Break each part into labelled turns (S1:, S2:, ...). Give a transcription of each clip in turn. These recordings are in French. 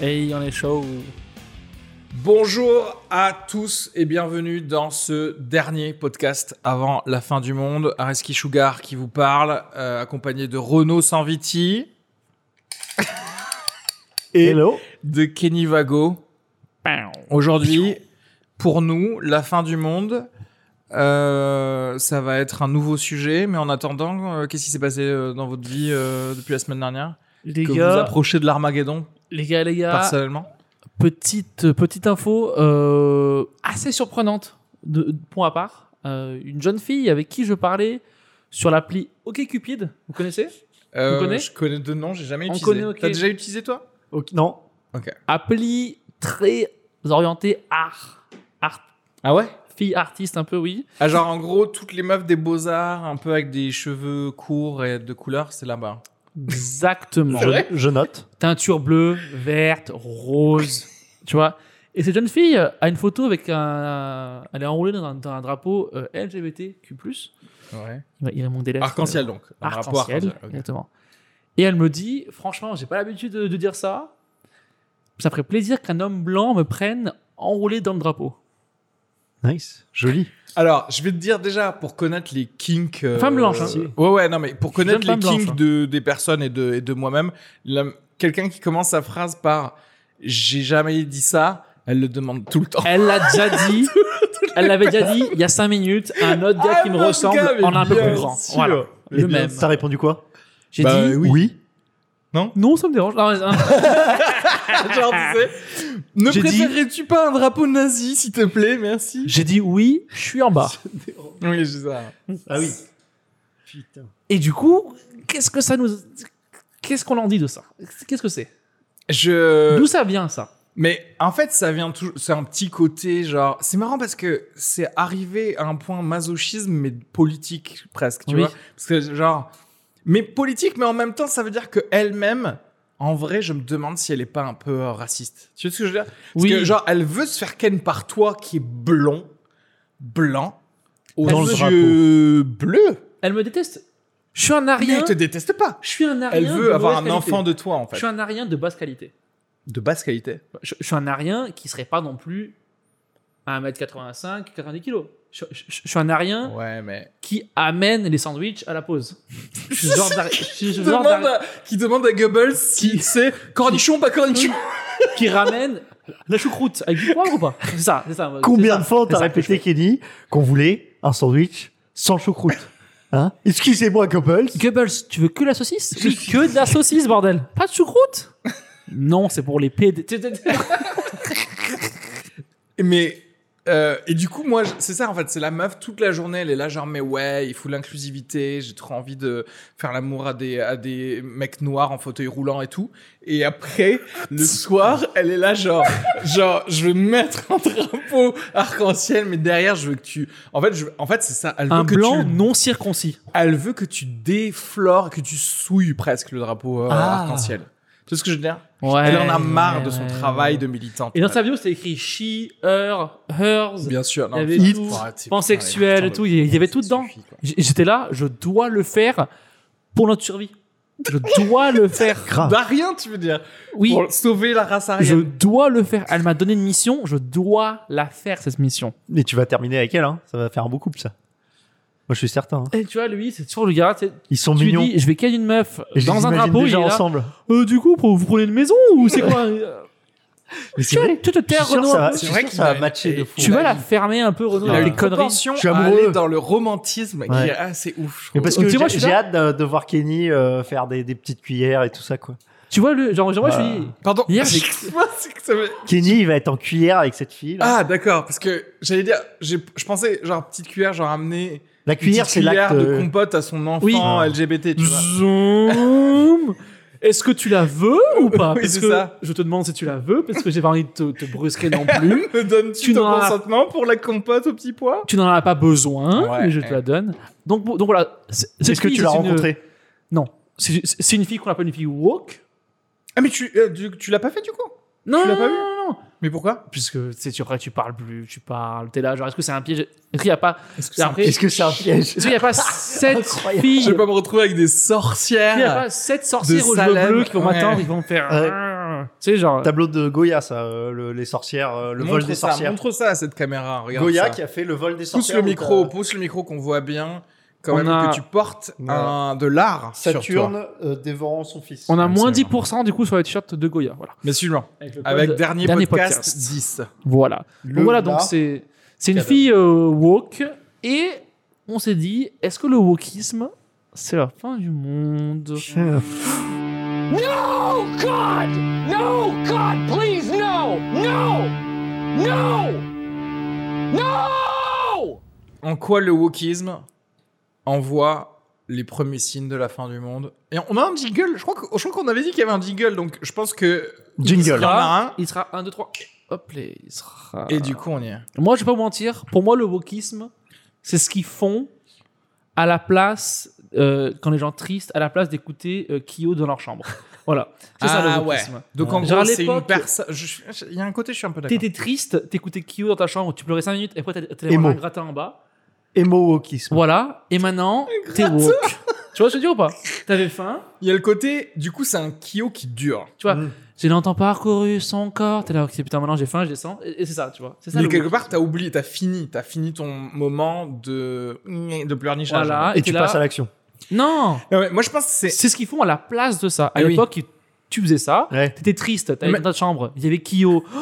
S1: Hey, on est chaud.
S2: Bonjour à tous et bienvenue dans ce dernier podcast avant la fin du monde. Areski Sugar qui vous parle, euh, accompagné de Renaud Sanviti et
S1: Hello.
S2: de Kenny Vago. Aujourd'hui, pour nous, la fin du monde, euh, ça va être un nouveau sujet. Mais en attendant, euh, qu'est-ce qui s'est passé euh, dans votre vie euh, depuis la semaine dernière
S1: Les
S2: Que vous
S1: gars,
S2: approchez de l'Armageddon,
S1: les gars, les
S2: Ah.
S1: gars,
S2: personnellement
S1: petite, petite info euh, assez surprenante, de, de- point à part. Euh, une jeune fille avec qui je parlais sur l'appli OkCupid, vous connaissez
S2: Euh,
S1: connais
S2: Je connais deux noms, j'ai jamais
S1: On
S2: utilisé.
S1: connaît, ok.
S2: T'as déjà utilisé toi
S3: Ok, non.
S1: Appli très orientée art, art,
S2: Ah ouais
S1: fille artiste un peu, oui.
S2: ah, Genre en gros, toutes les meufs des beaux-arts, un peu avec des cheveux courts et de couleur, c'est là-bas.
S1: Exactement.
S2: C'est vrai
S3: Je note.
S1: teinture bleue, verte, rose, tu vois. Et cette jeune fille euh, a une photo avec un. Elle est enroulée dans un, dans un drapeau euh, LGBTQ.
S2: Ouais.
S1: Il va- Il manque des lettres.
S2: Arc-en-ciel donc.
S1: Bah, Euh,
S2: Un drapeau
S1: Arc-en-ciel,
S2: arc-en-ciel, ok.
S1: exactement. Et elle me dit Franchement, j'ai pas l'habitude de, de dire ça. Ça ferait plaisir qu'un homme blanc me prenne enroulé dans le drapeau.
S3: Nice. Joli.
S2: Alors, je vais te dire déjà, pour connaître les kinks. euh,
S1: Femme blanche, hein.
S2: Ouais, ouais, non, mais pour connaître les
S1: Jeune femme
S2: kinks
S1: blanche, hein.
S2: de, des personnes et de, et de moi-même, la- quelqu'un qui commence sa phrase par J'ai jamais dit ça, elle le demande tout le temps.
S1: Elle l'a déjà dit. elle l'avait déjà dit il y a 5 minutes. Un autre gars
S2: Ah,
S1: qui me
S2: l'autre
S1: ressemble
S2: gars, mais
S1: en a un peu
S2: bien
S1: plus grand.
S2: sûr.
S1: Voilà.
S3: Et
S1: Le même.
S3: T'as répondu quoi
S1: J'ai
S2: Bah,
S1: dit
S2: oui.
S1: Non, ça me dérange. Non, non, non.
S2: Genre, tu sais, Ne
S1: J'ai dit-
S2: préférerais-tu pas un drapeau nazi, s'il te plaît Merci.
S1: J'ai dit oui, je suis en bas.
S2: Oui, c'est ça.
S3: Ah oui. Putain.
S1: Et du coup, qu'est-ce que ça nous. Qu'est-ce qu'on en dit de ça Qu'est-ce que c'est
S2: Je.
S1: D'où ça vient ça
S2: Mais en fait, ça vient toujours. C'est un petit côté, genre. C'est marrant parce que c'est arrivé à un point masochisme, mais politique presque, tu
S1: Oui.
S2: vois. Parce que, genre. Mais politique, mais en même temps, ça veut dire que elle-même, en vrai, je me demande si elle est pas un peu euh, raciste. Tu vois ce que je veux dire Parce que, genre, elle veut se faire ken par toi qui est blond, blanc, aux
S3: Dans le
S2: yeux bleus.
S1: Elle me déteste. Je suis un
S2: Mais
S1: arien.
S2: elle te déteste pas.
S1: Je suis un arien.
S2: Elle
S1: de
S2: veut avoir un
S1: mauvaise qualité.
S2: enfant de toi, en
S1: Je
S2: fait.
S1: suis un arien de basse qualité.
S2: De basse qualité.
S1: Je, je suis un arien qui serait pas non plus à 1m85, 90 kg. Je, je- je suis un arien
S2: Ouais, mais.
S1: qui amène les sandwichs à la pause. Je suis ce genre d'arien- je suis ce
S2: Qui
S1: genre
S2: demande,
S1: d'arien
S2: à, qui demande à Goebbels si c'est cornichon pas cornichon.
S1: qui ramène la choucroute avec du poivre ou pas C'est ça, c'est ça.
S3: Combien
S1: c'est
S3: de
S1: ça.
S3: fois
S1: C'est
S3: t'as
S1: ça que je
S3: répété,
S1: fais.
S3: Kenny, qu'on voulait un sandwich sans choucroute Hein Excusez-moi, Goebbels.
S1: Goebbels, tu veux que la saucisse Oui, que de la saucisse, bordel. Pas de choucroute Non, c'est pour les PD.
S2: Mais euh, et du coup moi je- c'est ça en fait, c'est la meuf toute la journée, elle est là genre mais ouais, il faut l'inclusivité, j'ai trop envie de faire l'amour à des à des mecs noirs en fauteuil roulant et tout. Et après le soir, elle est là genre genre je veux mettre un drapeau arc-en-ciel mais derrière je veux que tu en fait je en fait c'est ça, elle veut
S1: Un
S2: que
S1: blanc
S2: tu
S1: non circoncis.
S2: elle veut que tu déflores, que tu souilles presque le drapeau euh,
S3: Ah.
S2: arc-en-ciel. Tu vois ce que je veux dire
S1: Ouais,
S2: Elle en a marre de
S1: ouais,
S2: son
S1: ouais.
S2: travail de militante.
S1: Et dans sa vidéo, c'était écrit she, her, hers.
S2: Bien sûr, non,
S1: Il y avait
S2: putain,
S1: tout,
S2: faut arrêter,
S1: pansexuel
S2: putain,
S1: et tout, il y- il y avait tout
S2: ça
S1: dedans.
S2: suffit, quoi.
S1: J- J'étais là, je dois le faire pour notre survie. Je dois le faire.
S3: Grave.
S2: Bah rien, tu veux dire
S1: Oui,
S2: Pour sauver la race
S1: je
S2: arienne.
S1: dois le faire. Elle m'a donné une mission, je dois la faire, cette mission.
S3: Mais tu vas terminer avec elle, hein. Ça va faire un beau couple, ça. Moi, je suis certain. hein.
S1: Et tu vois, lui, c'est toujours le gars, tu sais,
S3: Ils sont
S1: tu lui
S3: mignons.
S1: dis, je vais ken une meuf
S3: Et je les
S1: dans un
S3: imagine
S1: drapeau, il est
S3: déjà
S1: là.
S3: ensemble.
S1: Euh, du coup, vous prenez une maison ou c'est quoi euh, tu,
S3: Mais c'est vrai.
S1: tu te
S3: Je
S1: tais,
S3: suis sûr,
S1: Renaud.
S3: ça va,
S1: un peu
S3: je suis
S2: vrai
S3: sûr
S2: qu'il
S3: ça
S2: a-
S3: va matcher de
S2: et-
S3: fou.
S1: Tu vas la fermer un peu, Renaud,
S2: Il
S1: dans
S2: a
S1: les
S2: une
S1: conneries.
S2: convention
S3: Je suis
S2: à
S3: amoureux.
S2: aller dans le romantisme qui
S3: Ouais.
S2: est assez ouf, je
S3: Mais
S2: trouve.
S3: parce
S1: Tu
S3: que
S1: vois,
S3: j'ai
S1: je suis
S3: j'ai
S1: là-
S3: hâte de, de voir Kenny euh, faire des, des petites cuillères et tout ça, quoi.
S1: Tu vois, le, genre, genre, moi, je suis dit,
S2: Pardon
S1: Hier, j'ai-
S2: Excuse-moi, c'est que ça me-
S3: Kenny, il va être en cuillère avec cette fille. Là.
S2: Ah d'accord, parce que j'allais dire, j'ai- je pensais genre petite cuillère, genre amener
S3: la
S2: une
S3: cuillère, euh,
S2: petite
S3: c'est l'acte.
S2: de
S3: euh,
S2: compote à son enfant
S1: Oui.
S2: LGBT, tu vois.
S1: zoom. Est-ce que tu la veux ou pas
S2: Oui,
S1: Parce
S2: c'est
S1: que
S2: ça.
S1: je te demande si tu la veux parce que j'ai pas envie de te, te brusquer non plus.
S2: Me donnes-tu
S1: Tu
S2: ton
S1: n'en as-
S2: consentement pour la compote au petit pois
S1: Tu n'en as pas besoin,
S2: Ouais,
S1: mais je
S2: ouais.
S1: te la donne. Donc, bon- donc voilà. c'est- cette
S3: Est-ce que
S1: fille,
S3: tu l'as
S1: c'est une-
S3: rencontré
S1: C'est c'est une fille qu'on appelle une fille woke.
S2: Ah, mais tu, euh, du- tu l'as pas fait du coup
S1: Non,
S2: Tu l'as pas
S1: non,
S2: vue
S1: non, non.
S2: Mais pourquoi
S1: Puisque tu sais, tu- après, tu parles plus, tu parles, t'es là. Genre, est-ce que c'est un piège Est-ce qu'il n'y a pas,
S2: Est-ce que
S1: c'est un
S2: après,
S1: piège
S3: Est-ce que c'est un piège
S1: est-ce qu'il y a pas sept
S3: Incroyable.
S1: filles
S2: je vais pas me retrouver avec des
S1: est-ce qu'il y a
S2: sorcières
S1: pas sept sorcières aux cheveux
S2: Salem,
S1: bleus qui vont
S2: ouais.
S1: m'attendre, ils vont me faire. Tu sais, genre.
S3: Tableau de Goya, ça, euh, le, les sorcières, euh, le vol
S2: Montre
S3: des
S2: ça,
S3: sorcières.
S2: Montre ça à cette caméra, regarde
S3: Goya
S2: ça.
S3: qui a fait le vol des
S2: Pousse
S3: sorcières. euh,
S2: le
S3: où
S2: micro,
S3: t'as
S2: pousse le micro qu'on voit bien quand
S1: On
S2: même
S1: a-
S2: que tu portes
S3: Ouais.
S2: un, de l'art sur toi.
S3: Saturne euh, dévorant son fils.
S1: On a moins
S2: Absolument.
S1: 10% du coup sur le t-shirt de Goya. Voilà.
S2: Mais suivant,
S1: Avec, le
S2: avec
S1: code-
S2: dernier,
S1: dernier
S2: podcast,
S1: podcast.
S2: 10.
S1: Voilà.
S3: Le
S1: Donc voilà,
S3: là,
S1: donc c'est c'est une
S3: cadavre.
S1: fille euh, woke et on s'est dit est-ce que le wokisme c'est la fin du
S3: euh,
S1: monde
S2: euh,
S3: Chef.
S4: No, Oh God! No, God, please, no! No! No! No!
S2: En quoi le wokisme envoie les premiers signes de la fin du monde Et on a un jingle, je crois que- je crois qu'on avait dit qu'il y avait un jingle, donc je pense que... Il y
S3: Jingle.
S2: en a un,
S1: Il sera 1 2 3 hop là, il sera
S2: et du coup on y est.
S1: Moi, je vais pas vous mentir, pour moi le wokisme c'est ce qu'ils font à la place euh, quand les gens tristes à la place d'écouter euh, Kyo dans leur chambre. voilà. C'est ça
S2: Ah
S1: le
S2: ouais.
S1: wokisme.
S2: Donc en
S1: Genre,
S2: gros,
S1: à
S2: c'est une
S1: l'époque-
S2: personne... Il y a un côté, je suis un peu d'accord.
S1: T'étais triste, t'écoutais Kyo dans ta chambre, tu pleurais 5 minutes et après t'allais- t'allais
S3: Émo.
S1: voir un gratin en bas.
S3: Emo-wokisme.
S1: Voilà, et maintenant, t'es woke. Tu vois ce que je veux dire ou pas T'avais faim,
S2: Il y a le côté, du coup, c'est un kio qui dure.
S1: tu vois,
S3: Mm.
S1: j'ai longtemps parcouru son corps, t'es là, ok, putain, maintenant j'ai faim, je descends, et, et c'est ça, tu vois. C'est ça
S2: Mais
S1: le
S2: quelque
S1: woke.
S2: part, t'as oublié, t'as fini, t'as fini ton moment de, de pleurnichage.
S1: Voilà,
S3: Et tu passes à
S1: la...
S3: l'action.
S1: Non
S2: Ah ouais, moi, je pense que c'est
S1: C'est ce qu'ils font à la place de ça. À
S2: Eh oui.
S1: l'époque, ils- tu faisais ça,
S3: Ouais.
S1: t'étais triste, t'allais
S2: Mais-
S1: dans ta chambre, il y avait Kyo,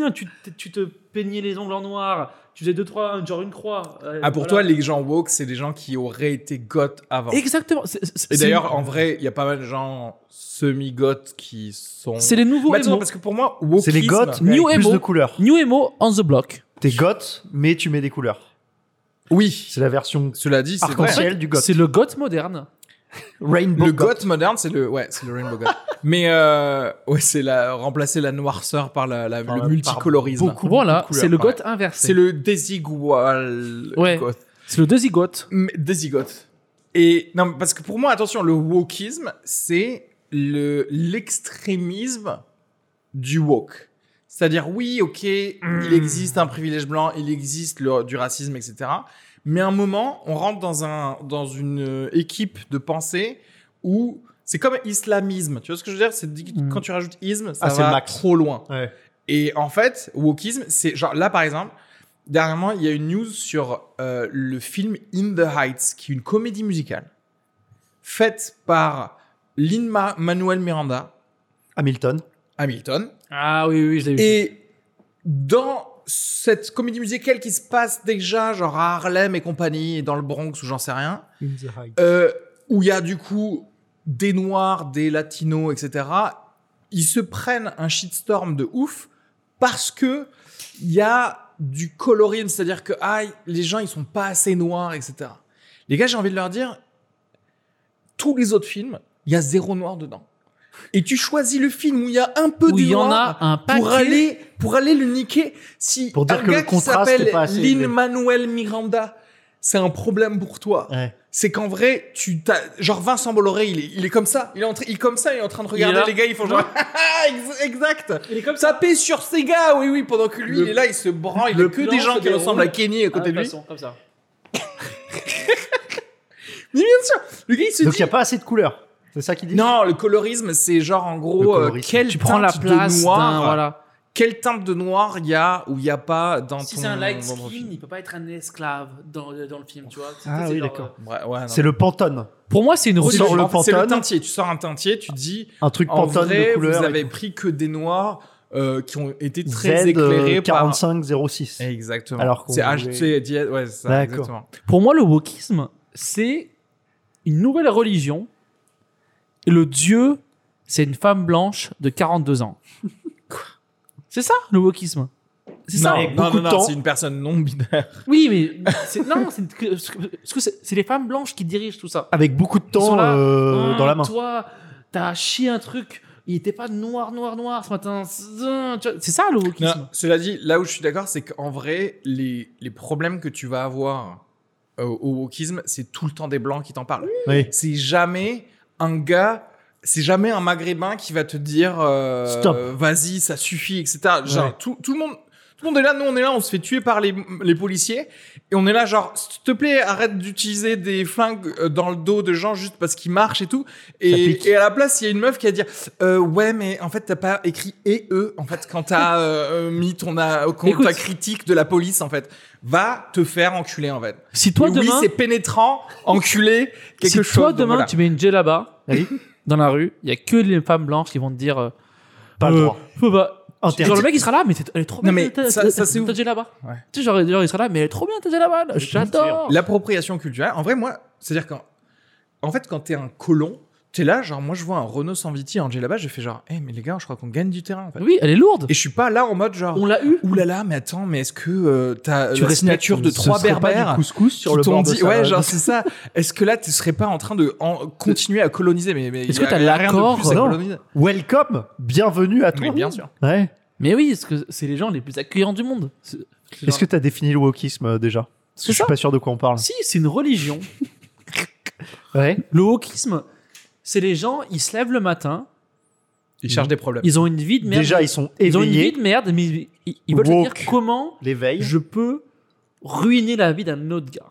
S1: Oh, tu, te- tu te peignais les ongles en noir, tu faisais deux, trois, genre une croix. euh,
S2: Ah, pour toi,
S1: voilà.
S2: les gens woke, c'est les gens qui auraient été goth avant. Et,
S1: Exactement. c'est- c'est- c'est-
S2: d'ailleurs, en vrai, il y a pas mal de gens semi-goth qui sont.
S1: c'est les nouveaux
S2: Bah, attends,
S1: emo.
S2: parce que pour moi, woke.
S3: C'est les goths, mais
S1: New
S3: avec plus
S1: emo.
S3: de couleurs.
S1: New emo on the block.
S3: T'es goth, mais tu mets des couleurs.
S2: Oui.
S3: C'est la version
S2: Cela dit, c'est vrai.
S3: arc-en-ciel du goth.
S1: C'est le goth moderne.
S3: Rainbow
S2: Le
S3: goth.
S2: goth moderne, c'est le, ouais, c'est le rainbow goth. Mais euh, ouais, c'est la remplacer la noirceur par la, la-
S3: Par
S2: le
S3: la- par
S2: multicolorisme.
S3: beaucoup de
S1: Voilà,
S2: couleurs,
S1: c'est le
S2: ouais.
S1: goth inversé.
S2: C'est le désigual
S1: Ouais.
S2: goth.
S1: C'est le deuxigote.
S2: Mais- Désigote. Et non, parce que pour moi, attention, le wokisme, c'est le l'extrémisme du woke. C'est-à-dire, oui, ok, il existe un privilège blanc, il existe le- du racisme, etc. Mais à un moment, on rentre dans un dans une euh, équipe de pensée où c'est comme islamisme. Tu vois ce que je veux dire C'est dit-
S1: Mm.
S2: quand tu rajoutes isme, ça
S3: Ah, c'est le
S2: va
S3: max.
S2: trop loin.
S3: Ouais.
S2: Et en fait, wokisme, c'est genre là par exemple, dernièrement, il y a une news sur euh, le film In the Heights, qui est une comédie musicale faite par Lin Manuel Miranda
S3: Hamilton.
S2: Hamilton.
S1: Ah oui, oui, je l'ai vu.
S2: Et dans cette comédie musicale qui se passe déjà genre à Harlem et compagnie, et dans le Bronx ou j'en sais rien, euh, où il y a du coup des noirs, des latinos, etc. Ils se prennent un shitstorm de ouf parce que il y a du colorisme, c'est-à-dire que ah, les gens ils sont pas assez noirs, etc. Les gars, j'ai envie de leur dire, tous les autres films, il y a zéro noir dedans. Et tu choisis le film où il y a un peu
S1: Où
S2: du
S1: il y en a
S2: noir
S1: un paquet.
S2: pour aller pour aller le niquer. Si
S3: Pour dire
S2: un
S3: que le
S2: gars qui
S3: contraste est
S2: s'appelle
S3: pas assez élevé.
S2: Lin Manuel Miranda, c'est un problème pour toi
S3: Ouais.
S2: c'est qu'en vrai, tu t'as genre Vincent Bolloré, il est, il est comme ça, il est en train, il est comme ça, il est en train de
S1: est
S2: regarder
S1: là.
S2: les gars, ils font genre Ah, Ex- exact.
S1: Il est comme
S2: Ça pèse sur ces gars, oui oui, pendant que lui,
S1: Le-
S2: il est là, il se branle, il
S1: le
S2: a que
S1: plan
S2: des
S1: se
S2: gens qui
S1: déroule
S2: ressemblent à Kenny à
S1: Ah,
S2: côté de lui.
S1: comme ça.
S2: Mais bien sûr, le gars il se
S3: Donc il
S2: dit
S3: n'y a pas assez de couleurs. C'est ça qu'il dit
S2: non, le colorisme, c'est genre en
S3: Le
S2: gros euh,
S3: colorisme.
S2: quelle
S1: Tu prends la
S2: teinte
S1: place
S2: de
S1: d'un
S2: noir,
S1: voilà.
S2: quelle teinte de noir il y a ou il y a pas dans ton dans ton film.
S1: peut pas être un esclave dans, le film, tu vois.
S3: Ah c'est oui, genre, d'accord.
S2: Ouais, ouais, non.
S3: C'est le pantone.
S1: Pour moi, c'est une
S3: On
S2: C'est
S1: ressource.
S3: sort le
S2: en fait, c'est le
S3: Pantone.
S2: teintier, tu sors un teintier, tu dis
S3: Un truc
S2: En
S3: pantone
S2: vrai,
S3: de couleurs.
S2: vous
S3: et
S2: avez
S3: tout.
S2: pris que des noirs euh, qui ont été très
S3: Z, euh,
S2: éclairés par.
S3: 4506.
S2: Exactement.
S3: Alors qu'on
S2: c'est
S3: voulait-
S2: HT, dièse, ouais, c'est ça,
S3: D'accord.
S2: exactement.
S1: Pour moi, le wokisme, c'est une nouvelle religion. Et le dieu, c'est une femme blanche de 42 ans. C'est ça, le wokisme. C'est ça.
S2: non, non,
S3: avec beaucoup
S2: non,
S3: de
S2: non,
S3: temps.
S2: c'est une personne non binaire.
S1: Oui, mais c'est- non, c'est que- parce que c'est c'est les femmes blanches qui dirigent tout ça.
S3: Avec beaucoup de
S1: Ils sont
S3: temps
S1: là.
S3: euh,
S1: Ah,
S3: dans la main.
S1: Toi, t'as chié un truc, il était pas noir, noir, noir ce matin. Zin, tu vois, C'est ça le wokisme.
S2: Non, cela dit, là où je suis d'accord, c'est qu'en vrai, les, les problèmes que tu vas avoir euh, au wokisme, c'est tout le temps des blancs qui t'en parlent.
S1: Mmh.
S3: Oui.
S2: C'est jamais un gars, c'est jamais un maghrébin qui va te dire euh,
S3: Stop.
S2: vas-y, ça suffit, etc. Genre,
S3: Ouais.
S2: tout, tout le monde. Tout le monde est là, nous on est là, on se fait tuer par les, les policiers et on est là genre s'il te plaît arrête d'utiliser des flingues euh, dans le dos de gens juste parce qu'ils marchent et tout
S3: pique.
S2: et, et à la place il y a une meuf qui va dire euh, ouais mais en fait t'as pas écrit et eux en fait quand t'as euh, euh, mis ton a- quand
S1: Écoute.
S2: ta critique de la police en fait va te faire enculer en fait
S1: Si toi
S2: Et oui
S1: demain,
S2: c'est pénétrant enculé quelque
S1: si
S2: chose
S1: toi
S2: donc
S1: demain
S2: voilà.
S1: tu mets une djellaba
S3: Oui.
S1: dans la rue, il y a que les femmes blanches qui vont te dire. euh,
S3: Pas le
S1: euh,
S3: droit.
S1: faut pas-
S3: Interdit.
S1: Genre le mec il sera là, mais t'es- elle est trop
S2: Non,
S1: bien.
S2: mais
S1: ta-
S2: ça-
S1: ta-
S2: ça, c'est
S1: ta
S2: ouf.
S1: djellaba.
S2: Ouais.
S1: Tu sais, genre, genre, il sera là, mais elle est trop bien ta djellaba. là. J'adore.
S2: L'appropriation culturelle, en vrai, moi, c'est-à-dire qu'en en fait, quand t'es un colon, t'es là, genre, moi, je vois un Renault Sanviti, un là-bas, je fais genre, eh mais les gars, je crois qu'on gagne du terrain, en fait.
S1: Oui, elle est lourde.
S2: Et je suis pas là en mode genre,
S1: On l'a eu.
S2: oulala, là là, mais attends, mais est-ce que euh, t'as la
S3: respectes-
S2: signature de
S3: ce
S2: trois
S3: serait pas
S2: berbères
S3: du couscous sur
S2: qui
S3: le
S2: t'ont
S3: bord de
S2: dit,
S3: sa-
S2: ouais, genre, c'est ça. Est-ce que là, tu serais pas en train de en- continuer à coloniser Mais, mais
S1: Est-ce
S2: y a-
S1: que t'as
S2: y a rien de
S1: l'accord
S2: plus à
S3: Non.
S2: coloniser.
S3: Welcome, bienvenue à toi.
S2: Mais bien sûr.
S3: Ouais.
S1: Mais oui, parce que c'est les gens les plus accueillants du monde. C'est-
S3: Est-ce que t'as défini le wokisme euh, déjà Parce que
S1: C'est
S3: je suis
S1: ça.
S3: pas sûr de quoi on parle.
S1: Si, c'est une religion.
S3: Ouais.
S1: Le wokisme, c'est les gens, ils se lèvent le matin,
S2: Ils cherchent des problèbles.
S1: ils ont une vie de merde.
S3: Déjà, ils sont
S1: ils ont une vie
S3: éveillés,
S1: de merde, mais ils, ils- ils veulent se
S3: Woke.
S1: dire comment
S3: l'éveil.
S1: je peux ruiner la vie d'un autre gars.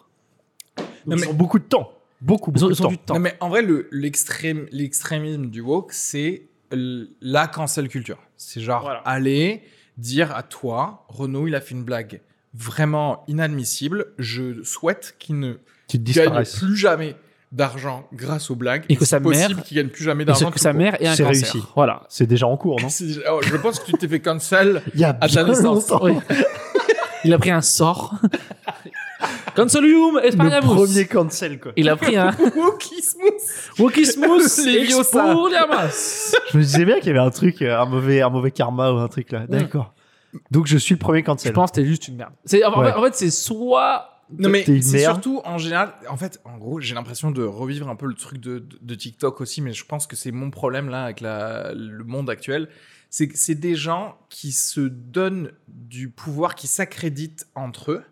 S2: Non,
S3: Ils
S2: mais-
S3: ont beaucoup de temps. Beaucoup,
S1: Ils
S3: beaucoup
S1: ont,
S3: de
S1: ils ont
S3: temps.
S1: du temps.
S2: Non, mais en vrai, le- l'extrême- l'extrémisme du woke, c'est l- la cancel culture. C'est genre
S1: Voilà.
S2: aller dire à toi, Renaud, il a fait une blague vraiment inadmissible. Je souhaite qu'il ne
S3: Tu te
S2: gagne
S3: disparaissent.
S2: plus jamais d'argent grâce aux blagues.
S1: Et que
S2: c'est
S1: sa mère-
S2: possible qu'il gagne plus jamais
S1: Et c'est
S2: d'argent.
S1: que sa
S2: tout
S1: mère est un
S3: C'est
S1: cancer.
S3: réussi.
S1: Voilà.
S3: C'est déjà en cours, non
S2: court. C'est- oh, je pense que tu t'es fait cancel.
S3: Il y a
S2: À ta
S3: bien
S2: naissance.
S3: longtemps.
S1: Oui. Il a pris un sort. Consolium
S3: Le
S1: Espagnamus.
S3: premier cancel, quoi.
S1: Il a pris un
S2: Wokisme.
S1: wokismus
S2: Leviosa.
S1: expo lermas.
S3: Je me disais bien qu'il y avait un truc, euh, un mauvais, un mauvais karma ou un truc là. D'accord. Donc je suis le premier
S1: Mmh. Je
S3: cancel.
S1: pense que t'es juste une merde. C'est, en, en
S3: Ouais.
S1: fait- en fait, c'est soit.
S2: Non mais
S3: T'es une
S2: c'est
S3: merde.
S2: surtout en général, en fait, en gros, j'ai l'impression de revivre un peu le truc de, de- de TikTok aussi, mais je pense que c'est mon problème là avec la- le monde actuel, c'est que c'est des gens qui se donnent du pouvoir, qui s'accréditent entre eux,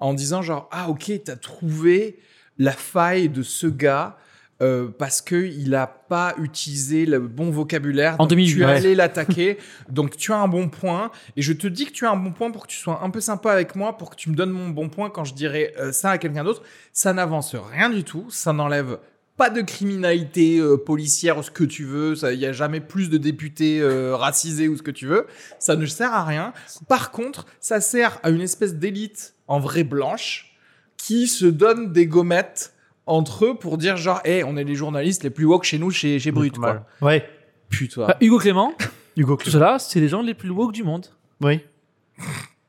S2: en disant genre ah ok t'as trouvé la faille de ce gars euh, parce que il a pas utilisé le bon vocabulaire.
S1: En
S2: donc Tu
S1: 2008,
S2: es
S1: ouais.
S2: allé l'attaquer, donc tu as un bon point. Et je te dis que tu as un bon point pour que tu sois un peu sympa avec moi, pour que tu me donnes mon bon point quand je dirai euh, ça à quelqu'un d'autre. Ça n'avance rien du tout. Ça n'enlève pas de criminalité euh, policière ou ce que tu veux. Ça- Il y a jamais plus de députés euh, racisés ou ce que tu veux. Ça ne sert à rien. Par contre, ça sert à une espèce d'élite en vrai blanche qui se donne des gommettes entre eux pour dire genre, hey, on est les journalistes les plus woke chez nous, chez, chez Brut, quoi.
S3: Ouais.
S2: Putain.
S1: Bah, Hugo Clément,
S3: Hugo.
S1: tout
S3: Clément.
S1: cela, c'est les gens les plus woke du monde.
S3: Oui.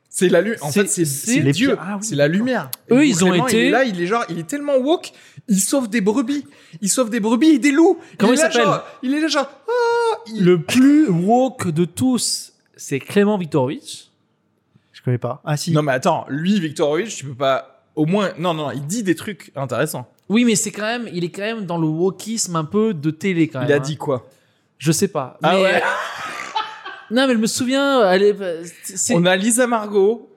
S2: C'est la lune. En
S1: C'est-
S2: fait, c'est
S1: c'est
S2: c'est
S1: les
S2: Dieu.
S3: pires. Ah oui,
S2: c'est la lumière. Hugo
S1: Eux, ils ont
S2: Clément,
S1: été-
S2: Il est là, il est genre, il est tellement woke, il sauve des brebis. Il sauve des brebis et des loups.
S1: Comment
S2: il
S1: il
S2: est là,
S1: s'appelle
S2: genre- Il est là genre, ah, il-
S1: Le plus woke de tous, c'est Clément Viktorovitch.
S3: Je connais pas. Ah si.
S2: Non, mais attends, lui, Victor tu peux pas. Au moins, non, non, il dit des trucs intéressants.
S1: Oui, mais c'est quand même, il est quand même dans le wokisme un peu de télé quand même.
S2: il a
S1: hein.
S2: dit quoi
S1: Je sais pas.
S2: Ah
S1: mais-
S2: ouais
S1: Non, mais je me souviens, elle est- c'est
S2: On a Lisa Margot,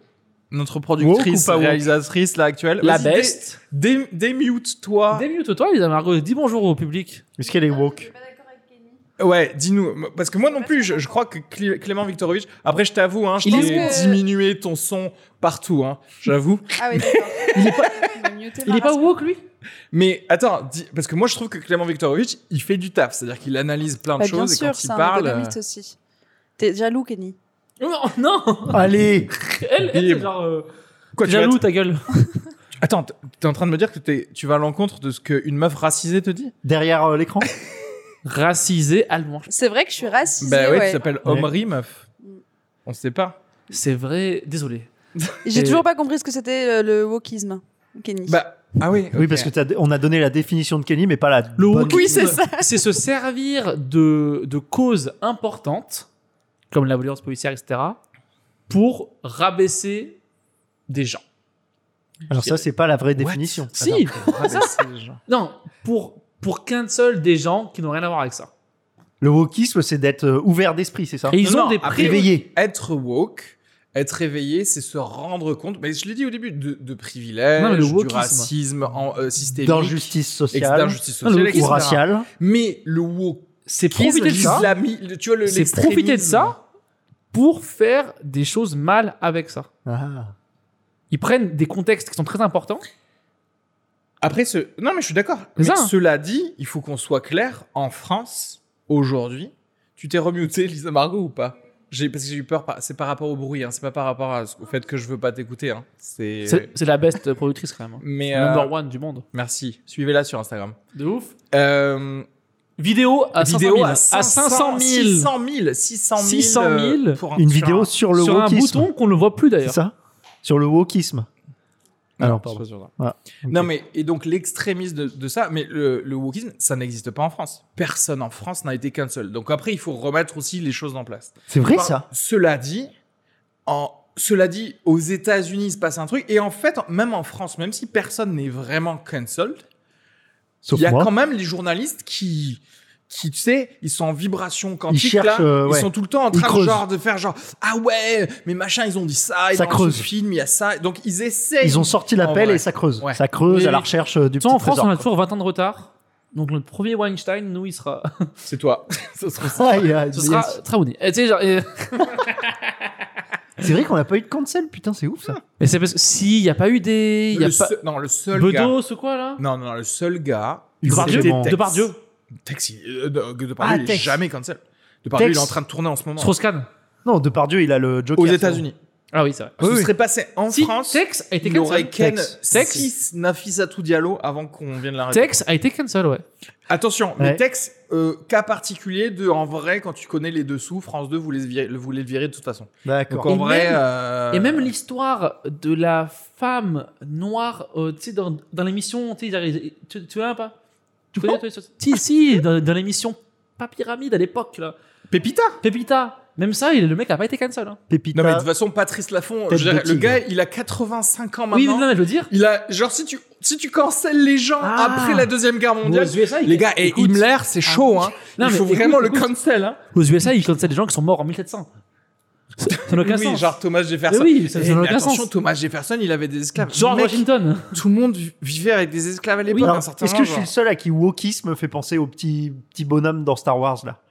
S2: notre productrice,
S3: Woke ou pas woke
S2: réalisatrice là actuelle.
S1: la
S2: Vas-y,
S1: best.
S2: dé- dé- Démute-toi.
S1: Ah. Démute-toi, Lisa Margot. Dis bonjour au public.
S3: Est-ce qu'elle est
S5: Ah, Je
S3: woke
S5: suis pas d'accord avec Kenny.
S2: Ouais, dis-nous. Parce que moi non plus, je, je crois que Clé- Clément Viktorovitch. Après, je t'avoue, hein, je
S1: Il
S5: est-
S2: t'ai
S5: Parce que-
S2: diminué ton son partout, hein, j'avoue.
S5: Ah oui, d'accord.
S1: Il est pas- Il est pas
S5: où
S1: woke lui
S2: Mais attends, dis- parce que moi, je trouve que Clément Viktorovitch, il fait du taf. C'est-à-dire qu'il analyse plein de
S5: Bah, Bien
S2: choses et
S5: sûr,
S2: quand il
S5: c'est un
S2: parle. euh,
S5: économiste aussi. T'es jaloux, Kenny.
S1: Non, non.
S3: Allez.
S1: Elle, elle
S2: Il est-
S1: c'est genre. euh,
S2: Quoi, tu vas
S1: jaloux ta gueule.
S2: t- Attends, t- t'es en train de me dire que t'es- tu vas à l'encontre de ce qu'une meuf racisée te dit
S3: Derrière euh, l'écran.
S1: Racisé allemand.
S5: C'est vrai que je suis racisée.
S2: Bah ouais,
S5: ouais.
S2: tu t'appelles
S3: Ouais.
S2: Omri, meuf.
S5: Mm.
S2: On sait pas.
S1: C'est vrai. Désolé.
S5: J'ai
S1: Et-
S5: toujours pas compris ce que c'était euh, le wokisme, Kenny.
S2: Bah, ah oui.
S3: Oui
S2: ok.
S3: parce que t'as- on a donné la définition de Kenny, mais pas la.
S1: Le
S3: bonne-
S1: wokisme,
S5: Oui, c'est ça.
S1: C'est se servir de, de causes importantes, comme la violence policière, etc., pour rabaisser des gens.
S3: Alors ça, c'est pas la vraie
S2: What
S3: définition.
S1: Si.
S2: Attends, Ah rabaisser les gens.
S1: Non, pour, pour cancel des gens qui n'ont rien à voir avec ça.
S3: Le wokisme, c'est d'être euh, ouvert d'esprit, c'est ça
S1: Et ils
S2: Non,
S1: ont
S2: non,
S1: des
S2: après-
S1: prix.
S3: Réveillé.
S2: Être woke, être réveillé, c'est se rendre compte, mais je l'ai dit au début, de, de privilèges,
S1: Non, mais le
S2: du
S1: wokisme.
S2: racisme en, euh, systémique,
S3: D'injustice
S2: etc.,
S3: sociale
S2: d'injustice
S1: Ah, le
S2: sociale,
S3: ou
S1: wokisme.
S2: etc.
S3: raciale.
S2: Mais le woke,
S1: C'est profiter de ça.
S2: l'islami- tu vois, le-
S1: C'est profiter de ça pour faire des choses mal avec ça.
S3: Ah.
S1: Ils prennent des contextes qui sont très importants.
S2: Après, ce... non, mais je suis d'accord. Mais
S1: C'est ça. hein.
S2: cela dit, il faut qu'on soit clair. En France, aujourd'hui, tu t'es remuté, Lisa Margot, ou pas J'ai- Parce que j'ai eu peur. par- C'est par rapport au bruit, hein. c'est pas par rapport à ce- au fait que je veux pas t'écouter. Hein. C'est.
S1: C'est c'est la best productrice quand même. hein.
S2: Mais. euh,
S1: Number one du monde.
S2: Merci. Suivez-la sur Instagram.
S1: De ouf.
S2: Euh,
S1: Vidéo à 500
S2: vidéo
S1: 000.
S2: à 500, 600
S1: 000.
S2: 000. 600 000.
S1: 600 000.
S2: euh, pour un-
S3: Ah. Une
S2: sur
S3: vidéo
S2: un-
S3: sur le
S1: sur un
S3: wokisme.
S1: bouton qu'on ne voit plus
S3: C'est
S1: d'ailleurs.
S3: ça Sur le wokisme.
S2: Non,
S3: Alors,
S2: c'est
S3: pardon.
S2: Ah, pas sur ça.
S3: Voilà.
S2: Non,
S3: Ok.
S2: mais et donc l'extrémisme de, de ça, mais le, le wokisme, ça n'existe pas en France. Personne en France n'a été qu'un seul. Donc après, il faut remettre aussi les choses en place.
S3: C'est vrai
S2: Par-
S3: ça
S2: Cela dit, en, cela dit, aux États-Unis, il se passe un truc. Et en fait, même en France, même si personne n'est vraiment cancelled,
S3: Sauf
S2: il y a
S3: moi.
S2: quand même les journalistes qui, qui, tu sais, ils sont en vibration quantique.
S3: cherchent,
S2: là.
S3: euh, ouais.
S2: Ils sont tout le temps en
S3: Ils
S2: train de,
S3: creusent.
S2: genre, de faire genre, ah ouais, mais machin, ils ont dit ça, et
S3: Ça
S2: dans
S3: creuse.
S2: ce film, il y a ça. Donc ils essayent.
S3: Ils ont sorti
S2: En
S3: l'appel
S2: vrai.
S3: et ça creuse.
S2: Ouais.
S3: Ça creuse
S1: Mais-
S3: à la recherche euh, du
S1: Tu
S3: petit
S1: vois, en France,
S3: trésor.
S1: on a toujours 20 ans de retard. Donc notre premier Weinstein, nous, il sera,
S2: C'est toi. Ça se trouve,
S3: Aïe, aïe,
S1: ce sera
S3: yes.
S1: Traouné. Et tu sais, genre, et-
S3: C'est vrai qu'on n'a pas eu de cancel, putain, c'est ouf ça.
S1: Mais c'est parce que si, il n'y a pas eu des. Il y a
S2: le
S1: pas.
S2: seul- non, le seul gars.
S1: Bedos ou quoi là
S2: Non, non, non, le seul gars.
S3: Il
S1: Depardieu
S3: vraiment-
S2: C'était Tex.
S1: Depardieu
S2: Tex, il- euh, de, de
S3: Ah,
S2: il est
S3: Tex.
S2: jamais cancel. Depardieu,
S3: Tex.
S2: il est en train de tourner en ce moment.
S1: Strauss-Kahn
S3: Non, Depardieu, il a le Joker.
S2: Aux
S3: c'est
S2: États-Unis.
S1: Ah oui, c'est vrai.
S2: Ce
S3: Oui, oui.
S2: serait passé en
S1: Si,
S2: France.
S1: Tex a été
S2: il aurait
S1: cancel.
S2: Ken
S3: Tex.
S1: Tex.
S2: 6 Nafissatou Diallo avant qu'on vienne l'arrêter.
S1: Tex a été cancel, ouais.
S2: Attention, mais
S3: Ouais.
S2: Tex, euh, cas particulier de en vrai, quand tu connais les dessous, France 2 voulait, se virer- le- voulait le virer de toute façon.
S3: bon.
S2: Donc
S3: D'accord.
S2: en
S1: Et
S2: vrai.
S1: même-
S2: euh,
S1: Et même l'histoire de la femme noire, euh, tu sais, dans, dans l'émission, tu sais, ils arrivent- tu, tu vois pas Tu connais, toi, l'histoire Si, si, dans, dans l'émission Pas Pyramide à l'époque, là.
S2: Pépita
S1: Pépita, même ça, il, le mec a pas été cancel. hein.
S3: Pépita.
S2: Non, mais de toute façon, Patrice Laffont,
S3: Tête
S2: je veux dire,
S3: de
S2: le
S3: tigre.
S2: gars, il a 85 ans maintenant.
S1: Oui, non, mais je veux dire.
S2: Il a genre si tu si tu cancelles les gens
S1: Ah.
S2: après la deuxième guerre mondiale,
S1: Aux USA,
S2: les gars et
S1: écoute. ah,
S2: Himmler c'est chaud hein.
S1: Non,
S2: Il
S1: mais
S2: faut
S1: écoute,
S2: vraiment
S1: écoute.
S2: le cancel hein.
S1: Aux USA, ils cancel des gens qui sont morts en 1700. Ça ça n'a aucun
S2: oui,
S1: sens.
S2: genre Thomas Jefferson.
S1: Mais oui, ça-
S2: Eh,
S1: ça n'a
S2: mais
S1: aucun
S2: attention,
S1: sens.
S2: Thomas Jefferson, il avait des esclaves.
S1: George
S2: Mec,
S1: Washington.
S2: Tout le monde vi- vivait avec des esclaves à l'époque.
S3: Alors,
S2: un certain
S3: Est-ce que
S2: nombre,
S3: je suis le
S2: genre.
S3: seul à qui wokisme fait penser aux petits, petits bonhommes dans Star Wars là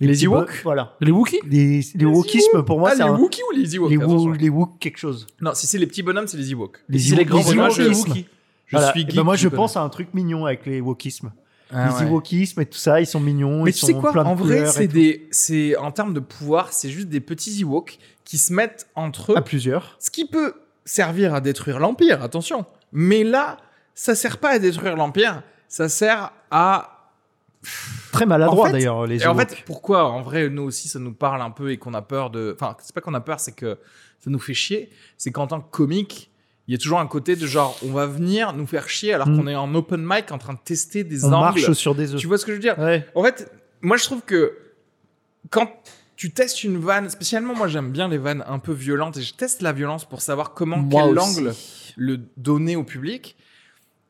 S2: les
S3: petits bo-
S2: Ewoks
S3: Voilà.
S1: Les Wookiees
S3: Les, les,
S2: Les
S3: wokisme pour moi,
S2: Ah,
S3: c'est
S2: les
S3: un-
S2: Wookiees ou les Ewoks
S3: les, wo-
S2: attention.
S3: les wok quelque chose.
S2: Non, si c'est les petits bonhommes, c'est les Ewoks.
S3: Les
S1: C'est les
S3: Ewoks-
S1: grands
S3: les
S1: bonhommes,
S2: moi,
S3: Ewoks
S2: je,
S1: les
S3: wokisme.
S2: Wookie. je
S3: Voilà.
S2: suis
S3: Eh ben,
S2: geek.
S3: moi, je
S2: connais.
S3: pense à un truc mignon avec les wokismes.
S2: Ah,
S3: les
S2: ouais.
S3: wokismes et tout ça, ils sont mignons.
S2: Mais
S3: ils
S2: tu
S3: sont
S2: sais quoi
S3: plein de
S2: En vrai,
S3: couleurs et
S2: c'est
S3: tout.
S2: des c'est en termes de pouvoir, c'est juste des petits Ewoks qui se mettent entre eux.
S3: à plusieurs.
S2: Ce qui peut servir à détruire l'Empire, attention. Mais là, ça sert pas à détruire l'Empire, ça sert à...
S3: Très maladroit
S2: En fait-
S3: d'ailleurs les
S2: Et en
S3: Ewoks.
S2: fait, pourquoi en vrai, nous aussi, ça nous parle un peu et qu'on a peur de... Enfin, c'est pas qu'on a peur, c'est que ça nous fait chier. C'est qu'en tant que comique, il y a toujours un côté de genre, on va venir nous faire chier alors
S3: Mm.
S2: qu'on est en open mic en train de tester des
S3: on
S2: angles.
S3: marche sur des œufs.
S2: Tu vois ce que je veux dire
S3: Ouais.
S2: En fait, moi je trouve que quand tu testes une vanne, spécialement moi j'aime bien les vannes un peu violentes et je teste la violence pour savoir comment,
S1: Moi
S2: quel
S1: aussi.
S2: angle le donner au public.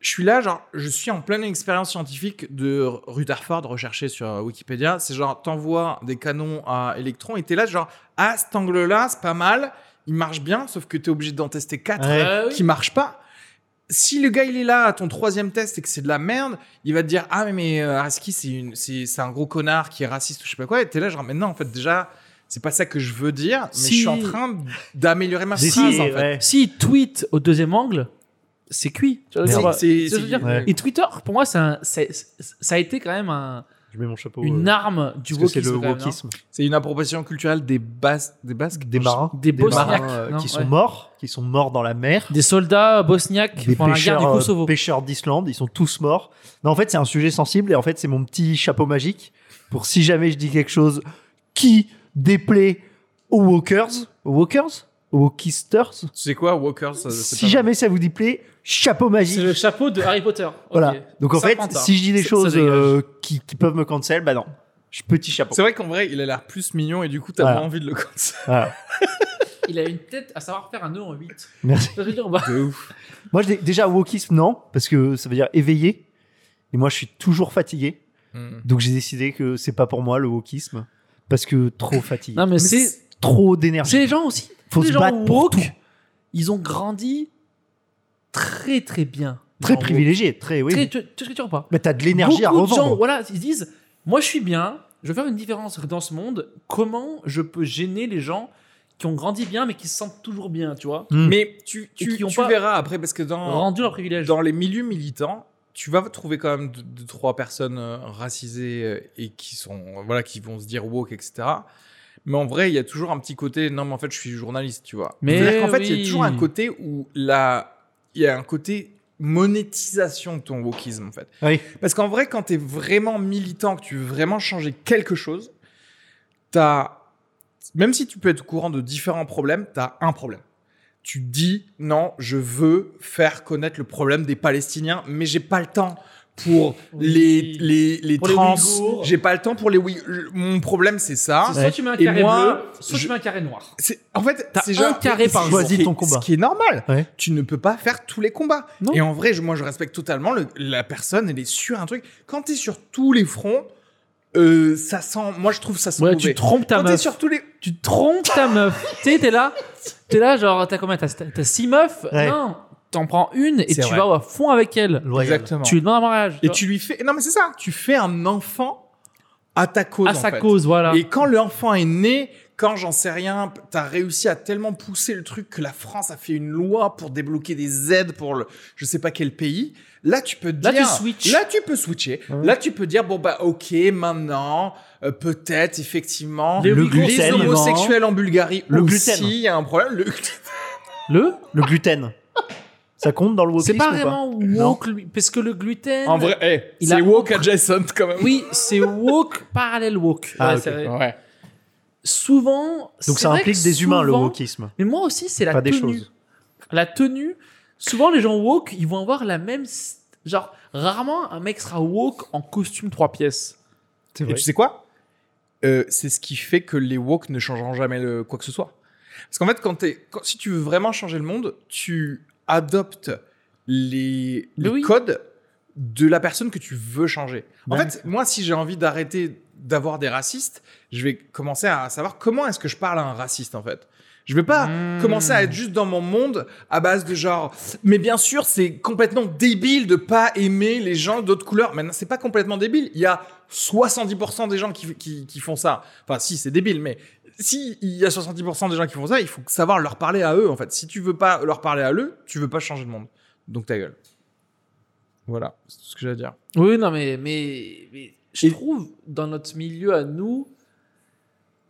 S2: Je suis là, genre, je suis en pleine expérience scientifique de Rutherford recherché sur euh, Wikipédia. C'est genre, t'envoies des canons à électrons et t'es là, genre, ah, cet angle-là, c'est pas mal, il marche bien, sauf que t'es obligé d'en tester quatre
S3: Ouais.
S1: Ah oui.
S2: qui marche pas. Si le gars il est là à ton troisième test et que c'est de la merde, il va te dire ah mais mais euh, Araski c'est une c'est c'est un gros connard qui est raciste ou je sais pas quoi. Et t'es là genre mais non en fait déjà c'est pas ça que je veux dire. Mais
S1: Si.
S2: je suis en train d'améliorer ma
S3: Des
S2: phrase
S3: si,
S2: en fait.
S3: ouais.
S1: S'il tweet au deuxième angle, c'est cuit. Tu vois,
S2: C'est-
S1: genre,
S2: c'est-
S1: tu
S2: c'est-
S1: vois ce que je veux dire
S3: Ouais.
S1: Et Twitter, pour moi, c'est un- c'est- c'est- ça a été quand même un-
S3: Je mets mon chapeau.
S1: une
S3: euh,
S1: arme du
S3: parce que c'est
S1: wokisme. quand
S3: le
S1: même, hein.
S3: wokisme.
S2: C'est une appropriation culturelle des basques des basques
S3: Des marins.
S1: Des Bosniaques,
S3: marins, euh,
S1: non,
S3: qui
S1: ouais.
S3: sont morts, qui sont morts dans la mer.
S1: Des soldats bosniaques
S3: des
S1: pendant la guerre
S3: pêcheurs,
S1: du
S3: euh,
S1: Kosovo.
S3: pêcheurs d'Islande, ils sont tous morts. Non, en fait, c'est un sujet sensible et en fait, c'est mon petit chapeau magique pour si jamais je dis quelque chose qui déplaît aux walkers, aux walkers, aux walkisters.
S2: Tu sais quoi Walkers ça- c'est
S3: Si
S2: pas-
S3: jamais ça vous déplaît, chapeau magique.
S1: C'est le chapeau de Harry Potter. Ok.
S3: Voilà. Donc en
S1: Ça
S3: fait,
S1: prend tard.
S3: si je dis des
S1: Ça-
S3: choses
S1: ça dégage.
S3: euh, qui, qui peuvent me cancel, bah non, je petit chapeau.
S2: C'est vrai qu'en vrai il a l'air plus mignon et du coup t'as
S3: Voilà.
S2: pas envie de le conserver.
S3: Voilà.
S1: Il a une tête à savoir faire un nœud en 8.
S3: Merci.
S1: Ça veut dire, bah,
S2: De ouf.
S3: Moi, je dis- déjà wokisme non, parce que ça veut dire éveillé. Et moi, je suis toujours fatigué.
S2: Mm.
S3: Donc j'ai décidé que c'est pas pour moi le wokisme parce que trop fatigué.
S1: Non, mais c'est-
S3: trop
S1: C'est
S3: d'énergie.
S1: les gens aussi.
S3: Faut
S1: les
S3: se
S1: gens
S3: battre pour
S1: woke,
S3: tout.
S1: Ils ont grandi très très bien. les
S3: Très
S1: gens
S3: privilégié, très
S1: woke.
S3: oui.
S1: Très- tu- tu- tu- tu vois pas.
S3: Mais t'as de l'énergie à
S1: Beaucoup de gens,
S3: revendre.
S1: voilà, ils se disent, moi je suis bien, je veux faire une différence dans ce monde. Comment je peux gêner les gens qui ont grandi bien mais qui se sentent toujours bien, tu vois,
S3: Mm.
S2: Mais tu, tu,
S1: qui ont
S2: tu
S1: pas
S2: verras après, parce que dans,
S1: rendu leur privilège.
S2: dans les milieux militants, tu vas trouver quand même deux, deux, trois personnes euh, racisées euh, et qui sont euh, voilà qui vont se dire woke, etc. Mais en vrai, il y a toujours un petit côté. Non, mais en fait, je suis journaliste, tu vois.
S1: Mais
S2: C'est-à-dire qu'en fait, il y
S1: oui.
S2: a toujours un côté où la, il y a un côté monétisation de ton wokisme, en fait.
S3: Oui.
S2: Parce qu'en vrai, quand t'es vraiment militant, que tu veux vraiment changer quelque chose, t'as, même si tu peux être au courant de différents problèmes, t'as un problème. Tu dis, non, je veux faire connaître le problème des Palestiniens, mais j'ai pas le temps pour
S1: Oui.
S2: les, les, les
S1: Pour les
S2: trans,
S1: Ouïghours.
S2: j'ai pas le temps pour les oui. Mon problème, c'est ça.
S1: C'est Soit tu mets un
S2: Et
S1: carré
S2: moi,
S1: bleu, soit
S2: je-
S1: tu mets un carré noir.
S2: C'est- En fait,
S1: T'as
S2: c'est
S1: un
S2: genre-
S1: carré par
S3: jour. Choisis
S2: ce qui
S3: ton
S2: est-
S3: combat.
S2: Ce qui est normal.
S3: Ouais.
S2: Tu ne peux pas faire tous les combats.
S1: Non.
S2: Et en vrai, je- moi, je respecte totalement le- la personne. Elle est sur un truc. Quand t'es sur tous les fronts, euh, ça sent. Moi, je trouve ça sent
S1: Ouais,
S2: mauvais.
S1: tu trompes ta
S2: Quand t'es
S1: meuf.
S2: sur tous les.
S1: Tu trompes ta meuf. tu sais, t'es là, t'es là, genre, t'as combien T'as t'as six meufs
S3: Ouais.
S1: Non, t'en prends une et tu
S2: C'est vrai.
S1: vas au fond avec elle.
S3: Loyal.
S1: Tu lui demandes un mariage.
S2: Et
S1: vois.
S2: tu lui fais. Non, mais c'est ça. Tu fais un enfant à ta cause.
S1: à
S2: en
S1: sa
S2: fait.
S1: cause, voilà.
S2: Et quand l'enfant est né, quand j'en sais rien, p- t'as réussi à tellement pousser le truc que la France a fait une loi pour débloquer des aides pour le, je sais pas quel pays. Là, tu peux te
S1: Là,
S2: dire.
S1: tu switches.
S2: Là, tu peux switcher.
S3: Ouais.
S2: Là, tu peux dire, bon, bah, ok, maintenant, euh, peut-être, effectivement.
S1: Les
S3: Le
S1: Ouïghours,
S2: les
S3: gluten,
S2: homosexuels en Bulgarie
S3: Le
S2: aussi,
S3: gluten.
S2: il y a un problème. Le gluten.
S1: Le
S3: Le gluten. Ça compte dans le wokisme
S1: C'est pas
S3: ou
S1: vraiment woke, lui, parce que le gluten.
S2: En vrai, eh,
S1: Il
S2: c'est
S1: a-
S2: woke adjacent quand même.
S1: Oui, c'est woke, parallèle woke.
S3: Ah,
S1: Ouais,
S3: ok.
S1: c'est vrai.
S2: Ouais.
S1: Souvent.
S3: Donc
S1: c'est
S3: ça
S1: vrai que
S3: implique des humains le
S1: souvent-
S3: wokisme.
S1: Mais moi aussi, c'est la
S3: Pas des
S1: tenue.
S3: choses.
S1: La tenue. Souvent, les gens woke, ils vont avoir la même. s- Genre, rarement un mec sera woke en costume trois pièces.
S3: C'est
S2: Et tu sais quoi Euh, C'est ce qui fait que les woke ne changeront jamais le- quoi que ce soit. Parce qu'en fait, quand t'es- quand- si tu veux vraiment changer le monde, tu adoptes les, les
S1: Oui.
S2: codes de la personne que tu veux changer. En
S3: D'accord.
S2: fait, moi, si j'ai envie d'arrêter d'avoir des racistes, je vais commencer à savoir comment est-ce que je parle à un raciste, en fait. Je vais pas
S1: Mmh.
S2: commencer à être juste dans mon monde à base de genre. Mais bien sûr, c'est complètement débile de pas aimer les gens d'autres couleurs. Maintenant, c'est pas complètement débile. Il y a 70% des gens qui, qui, qui font ça. Enfin, si, c'est débile, mais si il y a 70% des gens qui font ça, il faut savoir leur parler à eux, en fait. Si tu veux pas leur parler à eux, tu veux pas changer le monde. Donc ta gueule. Voilà, c'est tout ce que j'ai à dire.
S1: Oui, non, mais, mais, mais je
S2: Et-
S1: trouve dans notre milieu à nous,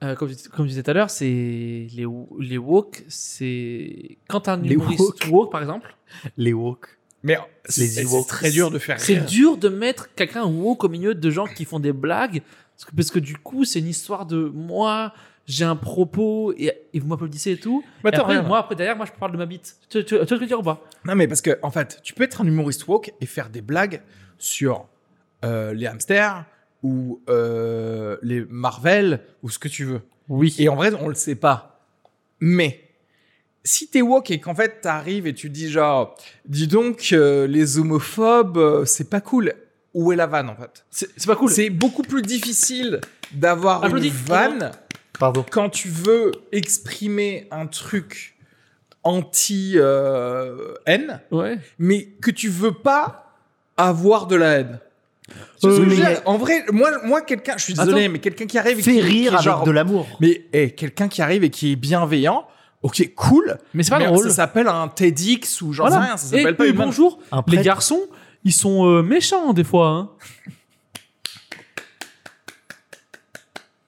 S1: euh, comme, je- comme je disais tout à l'heure, c'est les, les woke, c'est quand un
S3: Les
S1: humoriste
S3: woke.
S1: woke. par exemple,
S3: Les woke.
S2: Mais
S3: Les
S2: c'est c'est
S3: Ewoks.
S2: très dur de faire
S1: c'est
S2: rire.
S1: dur de mettre quelqu'un woke au milieu de gens qui font des blagues parce que, parce que du coup, c'est une histoire de moi, j'ai un propos et, et vous m'applaudissez et tout.
S2: Mais
S1: Et
S2: attends,
S1: après,
S2: regarde.
S1: moi, après derrière, moi, je parle de ma bite. Tu, tu, tu vois ce que je veux dire ou pas
S2: Non, mais parce que, en fait, tu peux être un humoriste woke et faire des blagues sur euh, les hamsters ou euh, les Marvel ou ce que tu veux.
S1: Oui.
S2: Et en vrai, on le sait pas. Mais si t'es woke et qu'en fait t'arrives et tu dis genre, dis donc, euh, les homophobes, euh, c'est pas cool. Où est la vanne en fait
S1: C'est c'est pas cool.
S2: C'est beaucoup plus difficile d'avoir une
S1: Applaudis.
S2: vanne
S3: Pardon.
S2: quand tu veux exprimer un truc anti euh, haine,
S1: Ouais.
S2: mais que tu veux pas avoir de la haine. Tu vois ce que
S3: Euh,
S2: je veux
S3: mais-
S2: dire en vrai, moi, moi quelqu'un, je suis désolé,
S1: Attends.
S2: mais quelqu'un qui arrive et qui,
S3: Fais
S2: qui est
S3: rire avec
S2: genre-
S3: de l'amour.
S2: mais hey, quelqu'un qui arrive et qui est bienveillant, ok, cool.
S1: Mais c'est pas
S2: mais
S1: drôle.
S2: Ça s'appelle un TEDx ou j'en sais rien. Ça
S1: Et
S2: s'appelle pas
S1: puis,
S2: une bonne.
S1: bonjour,
S3: Un
S1: les
S3: prêtre.
S1: garçons, ils sont euh, méchants des fois. Hein.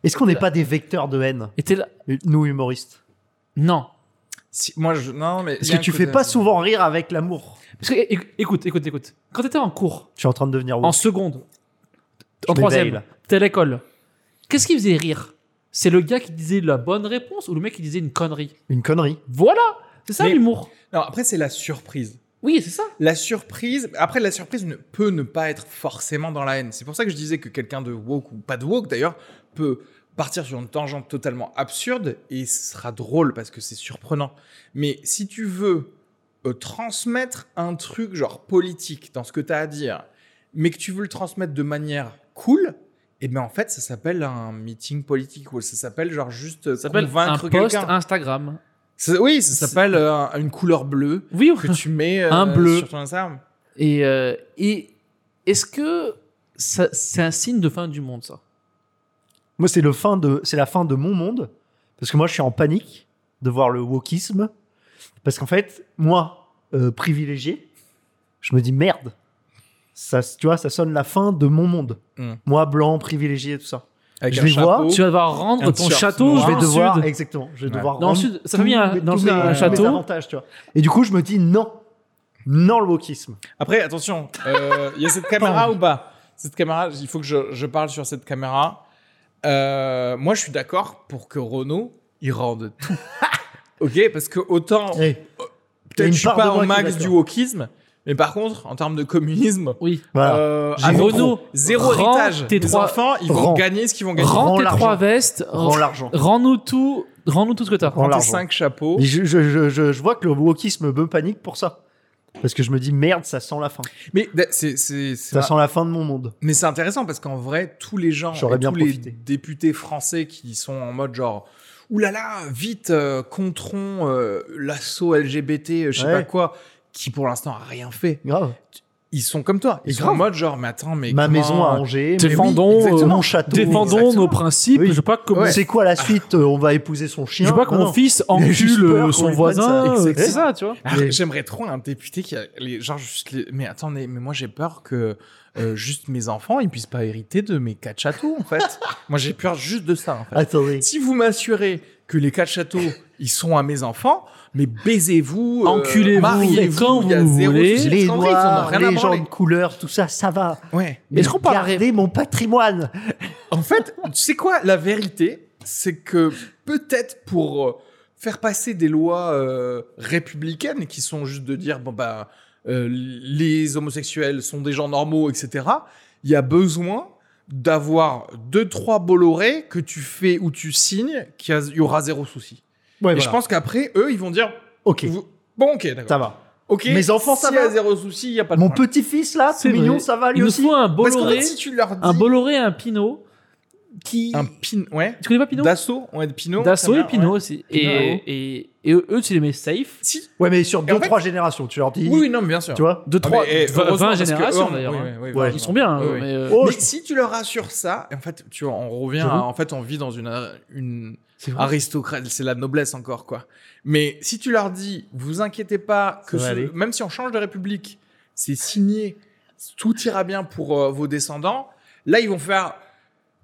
S3: Est-ce qu'on n'est pas des vecteurs de haine,
S1: Et t'es là.
S3: nous humoristes
S1: Non.
S2: Si- moi, je, non, mais.
S3: Parce
S2: il y a
S3: que
S2: un
S3: tu
S2: côté-
S3: fais pas souvent rire avec l'amour.
S1: Parce que, éc- écoute, écoute, écoute. Quand t'étais en cours,
S3: Je suis en train de devenir
S1: en
S3: woke.
S1: seconde,
S3: Oh. Je
S1: en
S3: m'éveille,
S1: troisième,
S3: là.
S1: t'es à l'école, qu'est-ce qui faisait rire C'est le gars qui disait la bonne réponse ou le mec qui disait une connerie
S3: Une connerie.
S1: Voilà C'est ça
S2: Mais-
S1: l'humour.
S2: Non, après, c'est la surprise.
S1: Oui, c'est ça.
S2: La surprise. Après, la surprise ne peut ne pas être forcément dans la haine. C'est pour ça que je disais que quelqu'un de woke ou pas de woke, d'ailleurs, peut partir sur une tangente totalement absurde et ce sera drôle parce que c'est surprenant. Mais si tu veux euh, transmettre un truc genre politique dans ce que tu as à dire, mais que tu veux le transmettre de manière cool. Et ben en fait, ça s'appelle un meeting politique ou ça s'appelle genre juste euh,
S1: Ça s'appelle un
S2: convaincre
S1: post
S2: quelqu'un.
S1: Instagram.
S2: Ça- Oui, ça s'appelle euh, un- une couleur bleue
S1: Oui,
S2: que tu mets euh,
S1: Un bleu.
S2: sur ton Instagram.
S1: Et, euh, et est-ce que ça- c'est un signe de fin du monde, ça
S3: Moi, c'est le fin de, c'est la fin de mon monde parce que moi, je suis en panique de voir le wokisme parce qu'en fait, moi, euh, privilégié, je me dis merde. Ça, tu vois, ça sonne la fin de mon monde.
S2: Hmm.
S3: Moi, blanc, privilégié, tout ça.
S2: Avec
S3: Je
S2: un
S3: les
S2: chapeau.
S3: vois,
S1: Tu vas devoir rendre
S2: Un
S1: ton
S2: t-shirt
S1: château
S2: noir.
S3: je vais
S1: dans le
S3: devoir,
S1: sud.
S3: exactement, je vais
S2: Ouais.
S3: devoir
S1: Dans le
S3: rendre
S1: sud, ça
S3: tous
S1: revient
S3: mes-
S1: dans
S3: tous
S1: le-
S3: mes-
S1: un
S3: tous mes
S1: château.
S3: avantages, tu vois. Et du coup, je me dis non, non le wokisme.
S2: Après, attention, euh, il y a cette caméra ou pas Cette caméra, il faut que je, je parle sur cette caméra. Euh, moi, je suis d'accord pour que Renault, il rende tout. ok, parce que autant,
S3: Eh,
S2: peut-être
S3: une
S2: je suis
S3: part de
S2: pas
S3: moi
S2: au
S3: qui est
S2: max
S3: d'accord.
S2: du wokisme, mais par contre, en termes de communisme,
S1: Oui.
S3: voilà.
S2: euh,
S1: J'ai
S2: à vos
S1: Renault,
S2: pros, zéro
S1: rends
S2: héritage.
S1: tes
S2: Tes
S1: trois-
S2: enfants, ils vont
S3: rends.
S2: gagner ce qu'ils vont gagner.
S3: Rends
S1: Rends tes
S3: l'argent.
S1: trois vestes.
S3: Rends
S1: rends-
S3: l'argent.
S1: Rends-nous tout, rends-nous tout ce que t'as.
S3: Rends
S2: Rends tes
S3: l'argent.
S2: cinq chapeaux.
S3: Et je, je- je- je- je vois que le wokisme me panique pour ça. Parce que je me dis merde, ça sent la fin.
S2: Mais d- c'est c'est- c'est
S3: Ça sent la fin de mon monde.
S2: Mais c'est intéressant parce qu'en vrai, tous les gens,
S3: J'aurais
S2: et
S3: bien
S2: tous
S3: profité.
S2: les députés français qui sont en mode genre, oulala, vite, euh, controns euh, l'assaut LGBT, euh, je sais
S3: Ouais.
S2: pas quoi, qui pour l'instant a rien fait.
S3: Grave.
S2: Ils sont comme toi. Ils
S3: Et
S2: sont
S3: grave.
S2: en mode genre, mais attends, mais
S3: Ma
S2: comment-
S3: maison à Angers,
S1: T'es
S3: mais
S1: fan-
S3: oui,
S1: Défendons,
S3: mon
S1: euh,
S3: château.
S1: Défendons
S2: Exactement.
S1: nos principes.
S3: Oui.
S1: Je sais pas comment.
S2: Ouais.
S3: C'est quoi la suite Euh, On va épouser son
S1: Je
S3: chien.
S1: sais pas
S3: Non,
S1: comment
S3: non.
S1: mon fils
S3: Il a juste
S1: encule
S3: peur
S1: euh, son
S3: qu'on lui prenne
S1: voisin.
S3: ça.
S1: euh,
S2: Exactement.
S1: C'est ça, tu vois.
S2: Ah, J'aimerais trop un député qui a les gens juste les- mais attendez mais moi j'ai peur que euh, juste mes enfants ils puissent pas hériter de mes quatre châteaux en fait moi j'ai peur juste de ça en fait
S3: Attendez.
S2: Si vous m'assurez que les quatre châteaux, ils sont à mes enfants, mais baisez-vous, euh,
S1: Enculez-vous
S2: mariez-vous,
S1: quand
S2: il y a
S1: vous
S2: zéro
S1: voulez.
S2: sujet de conneries,
S3: Les
S2: ils en ont
S3: noirs,
S2: rien à
S3: les gens
S2: branler.
S3: de couleur, tout ça, ça va.
S2: Ouais.
S3: Mais
S1: Est-ce qu'on parlerait-
S3: gardez mon patrimoine.
S2: En fait, tu sais quoi La vérité, c'est que peut-être pour euh, faire passer des lois euh, républicaines qui sont juste de dire bon bah euh, les homosexuels sont des gens normaux, etc. Il y a besoin d'avoir deux trois Bolloré que tu fais ou tu signes qu'il y a- il y aura zéro souci.
S3: Ouais,
S2: Et je
S3: voilà.
S2: pense qu'après, eux, ils vont dire
S3: Ok,
S2: Vous- Bon, ok, d'accord.
S3: ça va.
S2: Ok,
S3: Mes enfants, ça
S2: s'il y a
S3: va
S2: zéro souci, il n'y a pas de
S3: Mon
S2: problème.
S3: petit-fils là, tout
S1: C'est
S3: mignon,
S1: vrai.
S3: ça va lui
S1: Il nous
S3: aussi.
S1: faut un
S2: Parce qu'en fait,
S1: Bolloré,
S2: si tu leur dis
S1: un Bolloré, et un Pinot, qui.
S2: un pin, ouais,
S1: Tu connais pas Pinot
S2: Dassault, ouais, Pinot.
S1: Dassault
S2: très
S1: et
S2: bien,
S1: Pinot
S2: ouais.
S1: aussi.
S2: Pinot,
S1: Et,
S2: ouais.
S1: et, et eux, eux, tu les mets safe.
S2: Si,
S3: Ouais, mais sur deux,
S2: en fait-
S3: trois générations, tu leur dis.
S2: oui, oui, non, mais bien sûr.
S3: Tu vois
S1: De
S2: Ah,
S1: trois,
S2: mais, eh,
S1: vingt-
S2: heureusement,
S1: 20
S2: parce que
S1: générations
S2: eux,
S1: d'ailleurs.
S2: oui,
S1: hein.
S2: oui, oui,
S3: Ouais.
S2: heureusement.
S1: Ils sont bien.
S2: Oui,
S1: hein,
S2: oui.
S1: mais, euh,
S3: Oh,
S2: Mais
S3: je-
S2: si tu leur assures ça, et en fait, tu vois, on revient à-
S1: J'avoue.
S2: en fait, on vit dans une, une
S1: c'est vrai.
S2: aristocratie, c'est la noblesse encore, quoi. Mais si tu leur dis, vous inquiétez pas, que
S3: Ça va
S2: ce-
S3: aller.
S2: même si on change de république, c'est signé, tout ira bien pour euh, vos descendants, là, ils vont faire,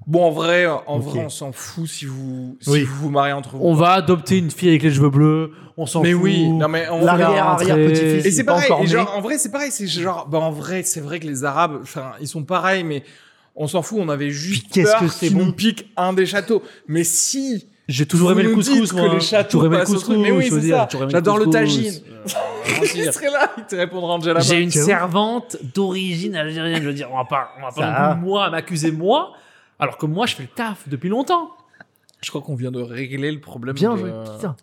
S2: bon, en vrai, en
S3: Ok.
S2: vrai, on s'en fout si vous, si
S3: Oui.
S2: vous vous mariez entre vous.
S1: On va adopter une fille avec les cheveux bleus. On s'en fout.
S2: mais oui, non, mais on
S1: La-
S3: L'arrière, arrière,
S1: rentrer.
S3: petit-fils.
S2: et
S3: il est
S2: c'est
S3: pas
S2: pareil.
S3: encore
S2: Et
S3: né.
S2: genre, en vrai, c'est pareil. C'est genre, bah, en vrai, c'est vrai que les Arabes, enfin, ils sont pareils, mais on s'en fout. On avait juste
S3: Puis qu'est-ce
S2: peur
S3: que c'est
S2: qu'ils
S3: bon.
S2: nous piquent un des châteaux. Mais si
S1: J'ai toujours
S2: vous
S1: aimé le
S2: nous
S1: couscous,
S2: dites
S1: moi.
S2: que
S1: hein.
S2: les châteaux
S1: Toujours aimé le
S2: passent au
S1: couscous.
S2: truc. Mais oui,
S1: je veux
S2: c'est
S1: dire,
S2: ça.
S1: toujours aimé
S2: J'adore le
S1: couscous.
S2: tagine. il serait là, il te répondra Angela.
S1: J'ai une
S3: J'avoue.
S1: servante d'origine algérienne. Je veux dire, on va pas, on va pas
S3: Ça.
S1: non plus, moi m'accuser moi, alors que moi je fais le taf depuis longtemps.
S2: Je crois qu'on vient de régler le problème.
S3: Bien
S2: de-
S3: joué, putain.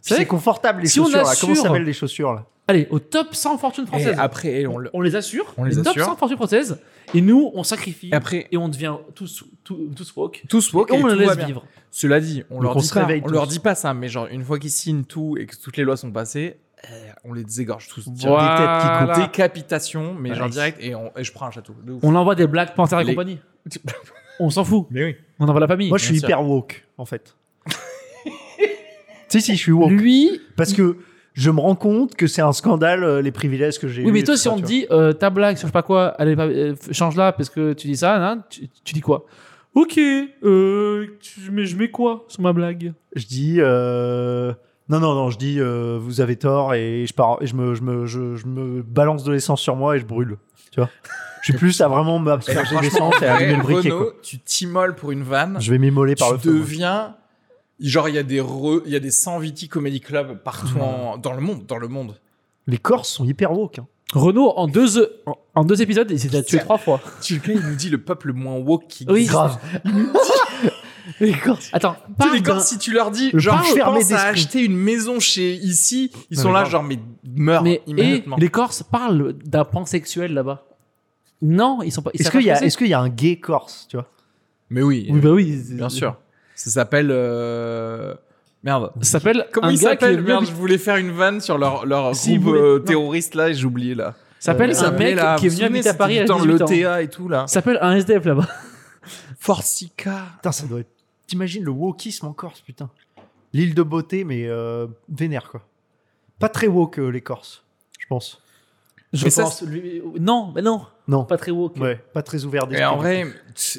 S1: C'est vrai
S3: C'est
S1: que-
S3: confortable les
S1: si on
S3: chaussures là.
S1: assure-
S3: Comment ça s'appelle les chaussures là
S1: Allez, au top 100 fortune
S2: Et
S1: française.
S2: après, et on le-
S1: on les assure.
S2: On les
S1: top
S2: assure.
S1: 100 fortune française. Et nous, on sacrifie.
S2: et après,
S1: Et on devient tous, tous, tous woke.
S2: tous woke
S1: Et on
S2: et
S1: le
S2: tout va
S1: laisse
S2: bien.
S1: vivre.
S2: Cela dit, on
S3: Donc
S2: leur
S3: on
S2: dit
S3: se
S2: pas,
S3: réveille
S2: on leur
S3: tous.
S2: dit pas ça, mais genre une fois qu'ils signent tout et que toutes les lois sont passées, euh, on les égorge tous. direct.
S1: Voilà.
S2: Décapitation, mais genre
S3: Nice.
S2: direct et, on- et je prends un château. De ouf.
S1: On envoie des blagues Panther et
S2: Les-
S1: compagnie. On s'en fout.
S2: Mais oui.
S1: On envoie la famille.
S3: Moi je suis
S2: bien sûr.
S3: hyper woke en fait. si, si, je suis woke.
S1: Lui,
S3: Parce que je me rends compte que c'est un scandale euh, les privilèges que j'ai
S1: Oui,
S3: eus
S1: mais
S3: et
S1: toi,
S3: tout
S1: si
S3: ça,
S1: on
S3: tu
S1: te
S3: vois.
S1: dit euh, ta blague, change pas quoi, allez, change la parce que tu dis ça, nan, tu, tu dis quoi Ok, euh, tu- mais je mets quoi sur ma blague
S3: Je dis. euh, Non, non, non, je dis euh, vous avez tort et je, pars, et je, me, je, me, je, je me balance de l'essence sur moi et je brûle. Tu vois Je suis plus à vraiment m'absorber
S2: franchement,
S3: d'essence et à allumer le briquet.
S2: Renaud,
S3: quoi.
S2: tu t'immoles pour une vanne,
S3: Je vais m'immoler par le
S2: tu
S3: feu. moi.
S2: deviens. Genre, il y a des re- il y a des 120 comedy club partout en- dans le monde, dans le monde.
S3: Les Corses sont hyper woke. hein.
S1: Renaud, en deux, e- en, en deux épisodes, il s'est déjà tué
S2: C'est-
S1: trois fois.
S2: Tu le il nous dit le peuple le moins woke qui
S1: Oui.
S2: existe.
S3: Grave. Les Corses.
S1: Attends,
S2: Tu sais,
S1: parle
S2: les gars,
S1: d'un-
S2: si tu leur dis,
S3: Le
S2: genre,
S3: plus
S2: je
S3: fermé
S2: pense à
S3: d'esprit.
S2: acheter une maison chez ici, ils
S3: Non,
S2: sont
S3: mais
S2: là,
S3: grave.
S2: genre, mais meurs
S1: mais et
S2: immédiatement.
S1: les Corses parlent d'un pansexuel là-bas. Non, ils sont pas. ils
S3: Est-ce
S1: savent pas
S3: qu'il y,
S1: ce
S3: a-
S1: que c'est.
S3: est-ce qu'il y a un gay corse, tu vois
S2: Mais oui,
S1: Oui, bah oui.
S2: bien sûr. Ça s'appelle. euh, Merde.
S1: Ça s'appelle
S2: Comment
S1: un
S2: il
S1: gars qui est
S2: s'appelle
S1: le
S2: Merde,
S1: mec-
S2: je voulais faire une vanne sur leur, leur
S1: Si,
S2: groupe
S1: vous voulez-
S2: euh,
S1: non.
S2: terroriste là et j'ai oublié là.
S1: Ça s'appelle
S2: Ça euh,
S1: un
S2: s'appelait,
S1: mec
S2: là,
S1: qui est
S2: vous vous
S1: venu
S2: souvenez,
S1: habiter à
S2: c'était
S1: Paris à
S2: tout le temps
S1: 18 ans.
S2: l'ETA et tout là.
S1: Ça s'appelle un SDF là-bas.
S2: Forsica.
S3: Putain, ça doit être. T'imagines le wokisme en Corse, putain. L'île de beauté, mais euh, vénère, quoi. Pas très woke, euh, les Corses, je pense.
S1: Je
S2: Mais ça,
S1: pense. lui- Non, mais non,
S3: Non.
S1: pas très woke.
S3: Ouais, pas très ouvert
S2: Et
S3: d'esprit.
S2: en vrai,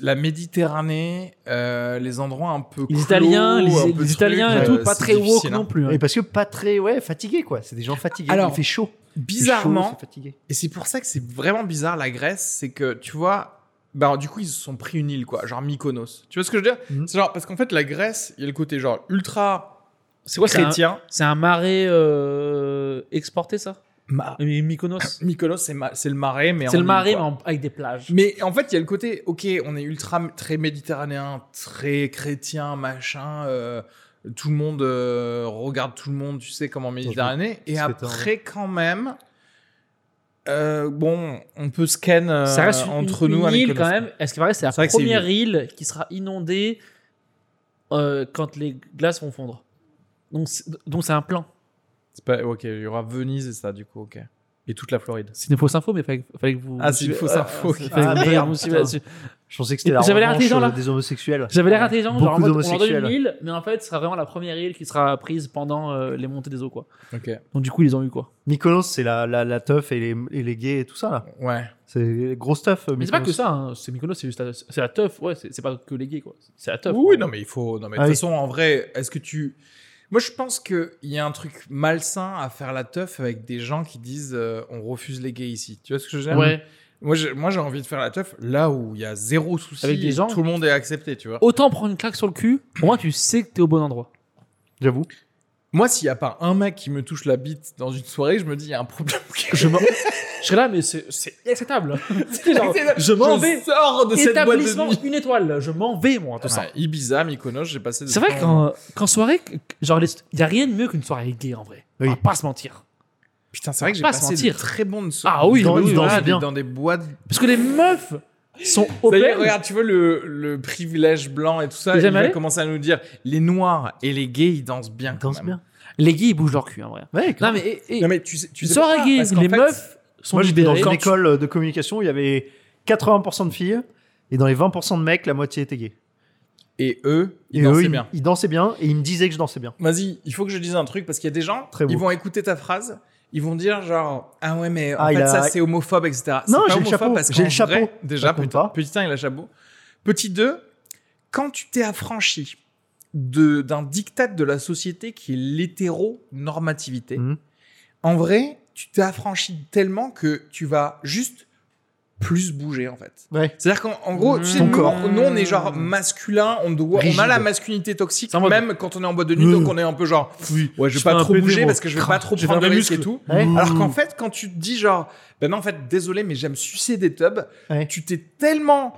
S2: la Méditerranée, euh, les endroits un peu.
S1: Les
S2: clos,
S1: Italiens,
S2: un
S1: les,
S2: peu
S1: les
S2: truc,
S1: Italiens et
S2: euh,
S1: tout, pas
S2: c'est
S1: très woke
S2: difficile, hein.
S1: non plus. hein.
S3: Et parce que pas très, ouais, fatigué, quoi. C'est des gens fatigués.
S2: Alors,
S3: il fait chaud. Il fait chaud,
S2: Bizarrement,
S3: c'est fatigué.
S2: et c'est pour ça que c'est vraiment bizarre la Grèce, c'est que tu vois, bah alors, du coup ils se sont pris une île quoi, genre Mykonos. Tu vois ce que je veux dire
S3: Mhm.
S2: C'est genre parce qu'en fait la Grèce, il y a le côté genre ultra
S1: C'est quoi, c'est un,
S2: chrétien.
S1: c'est un marais euh, exporté ça
S2: Ma-
S1: Mais Mykonos.
S2: Mykonos c'est ma- c'est le marais mais en
S1: C'est le
S2: île,
S1: marais mais
S2: quoi.
S1: en- avec des plages.
S2: Mais en fait, il y a le côté, ok, on est ultra très méditerranéen, très chrétien, machin. euh, tout le monde euh, regarde tout le monde, tu sais, comme en Méditerranée. Et
S3: c'est
S2: après, quand même, euh, bon, on peut scan euh,
S1: ça reste une,
S2: entre
S1: une
S2: nous avec
S1: île
S2: le-
S1: quand même. Est-ce qu'il paraît c'est la
S2: C'est vrai que c'est
S1: première île qui sera inondée euh, quand les glaces vont fondre Donc c'est donc c'est un plan.
S2: C'est pas- ok, il y aura Venise et ça, du coup, ok. Et toute la Floride.
S1: C'est une fausse info, mais fallait, fallait que vous. Euh,
S2: Ah, c'est une fausse info, ok.
S1: fallait que vous-
S3: Ah,
S1: fallait que
S3: merde,
S1: vous suivez
S3: putain.
S1: là-dessus.
S3: Je pensais que c'était la
S1: J'avais l'air
S3: revanche
S1: intelligent,
S3: euh,
S1: là.
S3: des homosexuels.
S1: J'avais l'air intelligent, genre en
S3: Beaucoup
S1: mode, on leur donne
S3: d'homosexuels.
S1: une île, mais en fait, ce sera vraiment la première île qui sera prise pendant euh, les montées des eaux, quoi.
S2: Ok.
S1: Donc du coup, ils ont eu quoi
S3: Mykonos, c'est la, la, la teuf et les, et les gays et tout ça, là.
S2: Ouais.
S3: C'est gros stuff.
S1: Mais c'est pas que ça, hein. c'est Mykonos, c'est juste la, c'est la teuf, ouais, c'est c'est pas que les gays, quoi. C'est la teuf.
S2: Oui, oui, non, mais il faut. Non, mais de
S3: Ah
S2: toute
S3: oui.
S2: façon, en vrai, est-ce que tu. Moi, je pense qu'il y a un truc malsain à faire la teuf avec des gens qui disent euh, on refuse les gays ici. Tu vois ce que je veux dire
S1: Ouais.
S2: Moi, j'ai moi, j'ai envie de faire la teuf là où il y a zéro souci.
S1: Avec des
S2: et
S1: gens-
S2: Tout le monde est accepté, tu vois.
S1: Autant prendre une claque sur le cul, au moins tu sais que t'es au bon endroit.
S3: J'avoue.
S2: Moi, s'il n'y a pas un mec qui me touche la bite dans une soirée, je me dis il y a un problème.
S1: Je, m'en- je serais là, mais c'est c'est acceptable. C'est genre, je m'en vais.
S2: sors de cette boîte de
S1: Établissement
S2: nuit.
S1: une étoile, je m'en vais, moi, tout ça.
S2: Ouais, Ibiza, Mykonos, j'ai passé. des
S1: C'est vrai
S2: temps-
S1: qu'en qu'en soirée, genre, les- y a rien de mieux qu'une soirée gay en vrai.
S3: Oui.
S1: On va pas se mentir.
S2: Putain, c'est vrai que j'ai
S1: Pas
S2: passé
S1: se mentir.
S2: des très bonnes so-
S1: Ah oui,
S2: dans,
S1: oui,
S2: des-
S1: oui,
S2: dans
S1: oui,
S2: des-
S3: bien.
S2: dans des boîtes
S1: Parce que les meufs sont open.
S2: D'ailleurs, regarde, tu vois le, le privilège blanc et tout ça,
S1: Vous
S2: il
S1: aimez
S2: va
S1: aller
S2: commencer à nous dire les noirs et les gays ils dansent bien
S3: Ils
S2: quand
S3: dansent
S2: même.
S3: bien.
S1: Les gays, ils bougent leur cul en vrai.
S3: Ouais,
S1: Non, mais, et, et-
S2: Non mais tu sais, tu
S1: une
S2: sais
S1: soirée
S2: pourquoi
S1: gay,
S2: Parce qu'en
S1: les
S2: fait,
S1: meufs sont
S3: Moi, j'étais dans
S1: libérées.
S3: une école de communication, il y avait 80% de filles, et dans les 20% de mecs, la moitié était gay.
S2: et eux ils
S3: et
S2: dansent
S3: eux, ils-
S2: bien.
S3: Ils, dansaient bien, et ils me disaient que je dansais bien.
S2: Vas-y, il faut que je dise un truc parce qu'il y a des gens
S3: Très
S2: ils
S3: beau.
S2: vont écouter ta phrase, ils vont dire genre ah ouais mais en
S3: Ah, il
S2: fait
S3: a-
S2: ça c'est homophobe etc. C'est
S3: Non,
S2: pas
S3: j'ai le
S2: homophobe
S3: chapeau,
S2: parce
S3: j'ai
S2: qu'en
S3: le chapeau.
S2: vrai, déjà
S3: Ça compte
S2: putain,
S3: pas.
S2: putain il a chapeau. Petit 2, quand tu t'es affranchi de d'un diktat de la société qui est l'hétéronormativité.
S3: Mhm.
S2: en vrai, tu t'es affranchi tellement que tu vas juste plus bouger en fait.
S3: Ouais.
S2: C'est-à-dire qu'en en gros, tu sais,
S3: Ton
S2: nous,
S3: corps.
S2: on- nous, on est genre masculin, on, doit, on a
S3: Rigide.
S2: la masculinité toxique,
S1: C'est en mode-
S2: même quand on est en boîte de nuit, donc
S3: Mmh.
S2: on est un peu genre,
S3: Oui.
S2: ouais, je vais
S1: fais
S2: pas
S1: un
S2: trop
S1: peu
S2: bouger
S1: d'hémo.
S2: parce que je vais pas trop
S1: J'ai
S2: prendre de
S1: fait un
S2: risques et
S1: muscle.
S2: tout.
S3: Ouais.
S2: Alors qu'en fait, quand tu te dis genre, ben non, en fait, désolé, mais j'aime sucer des tubs,
S3: Ouais.
S2: tu t'es tellement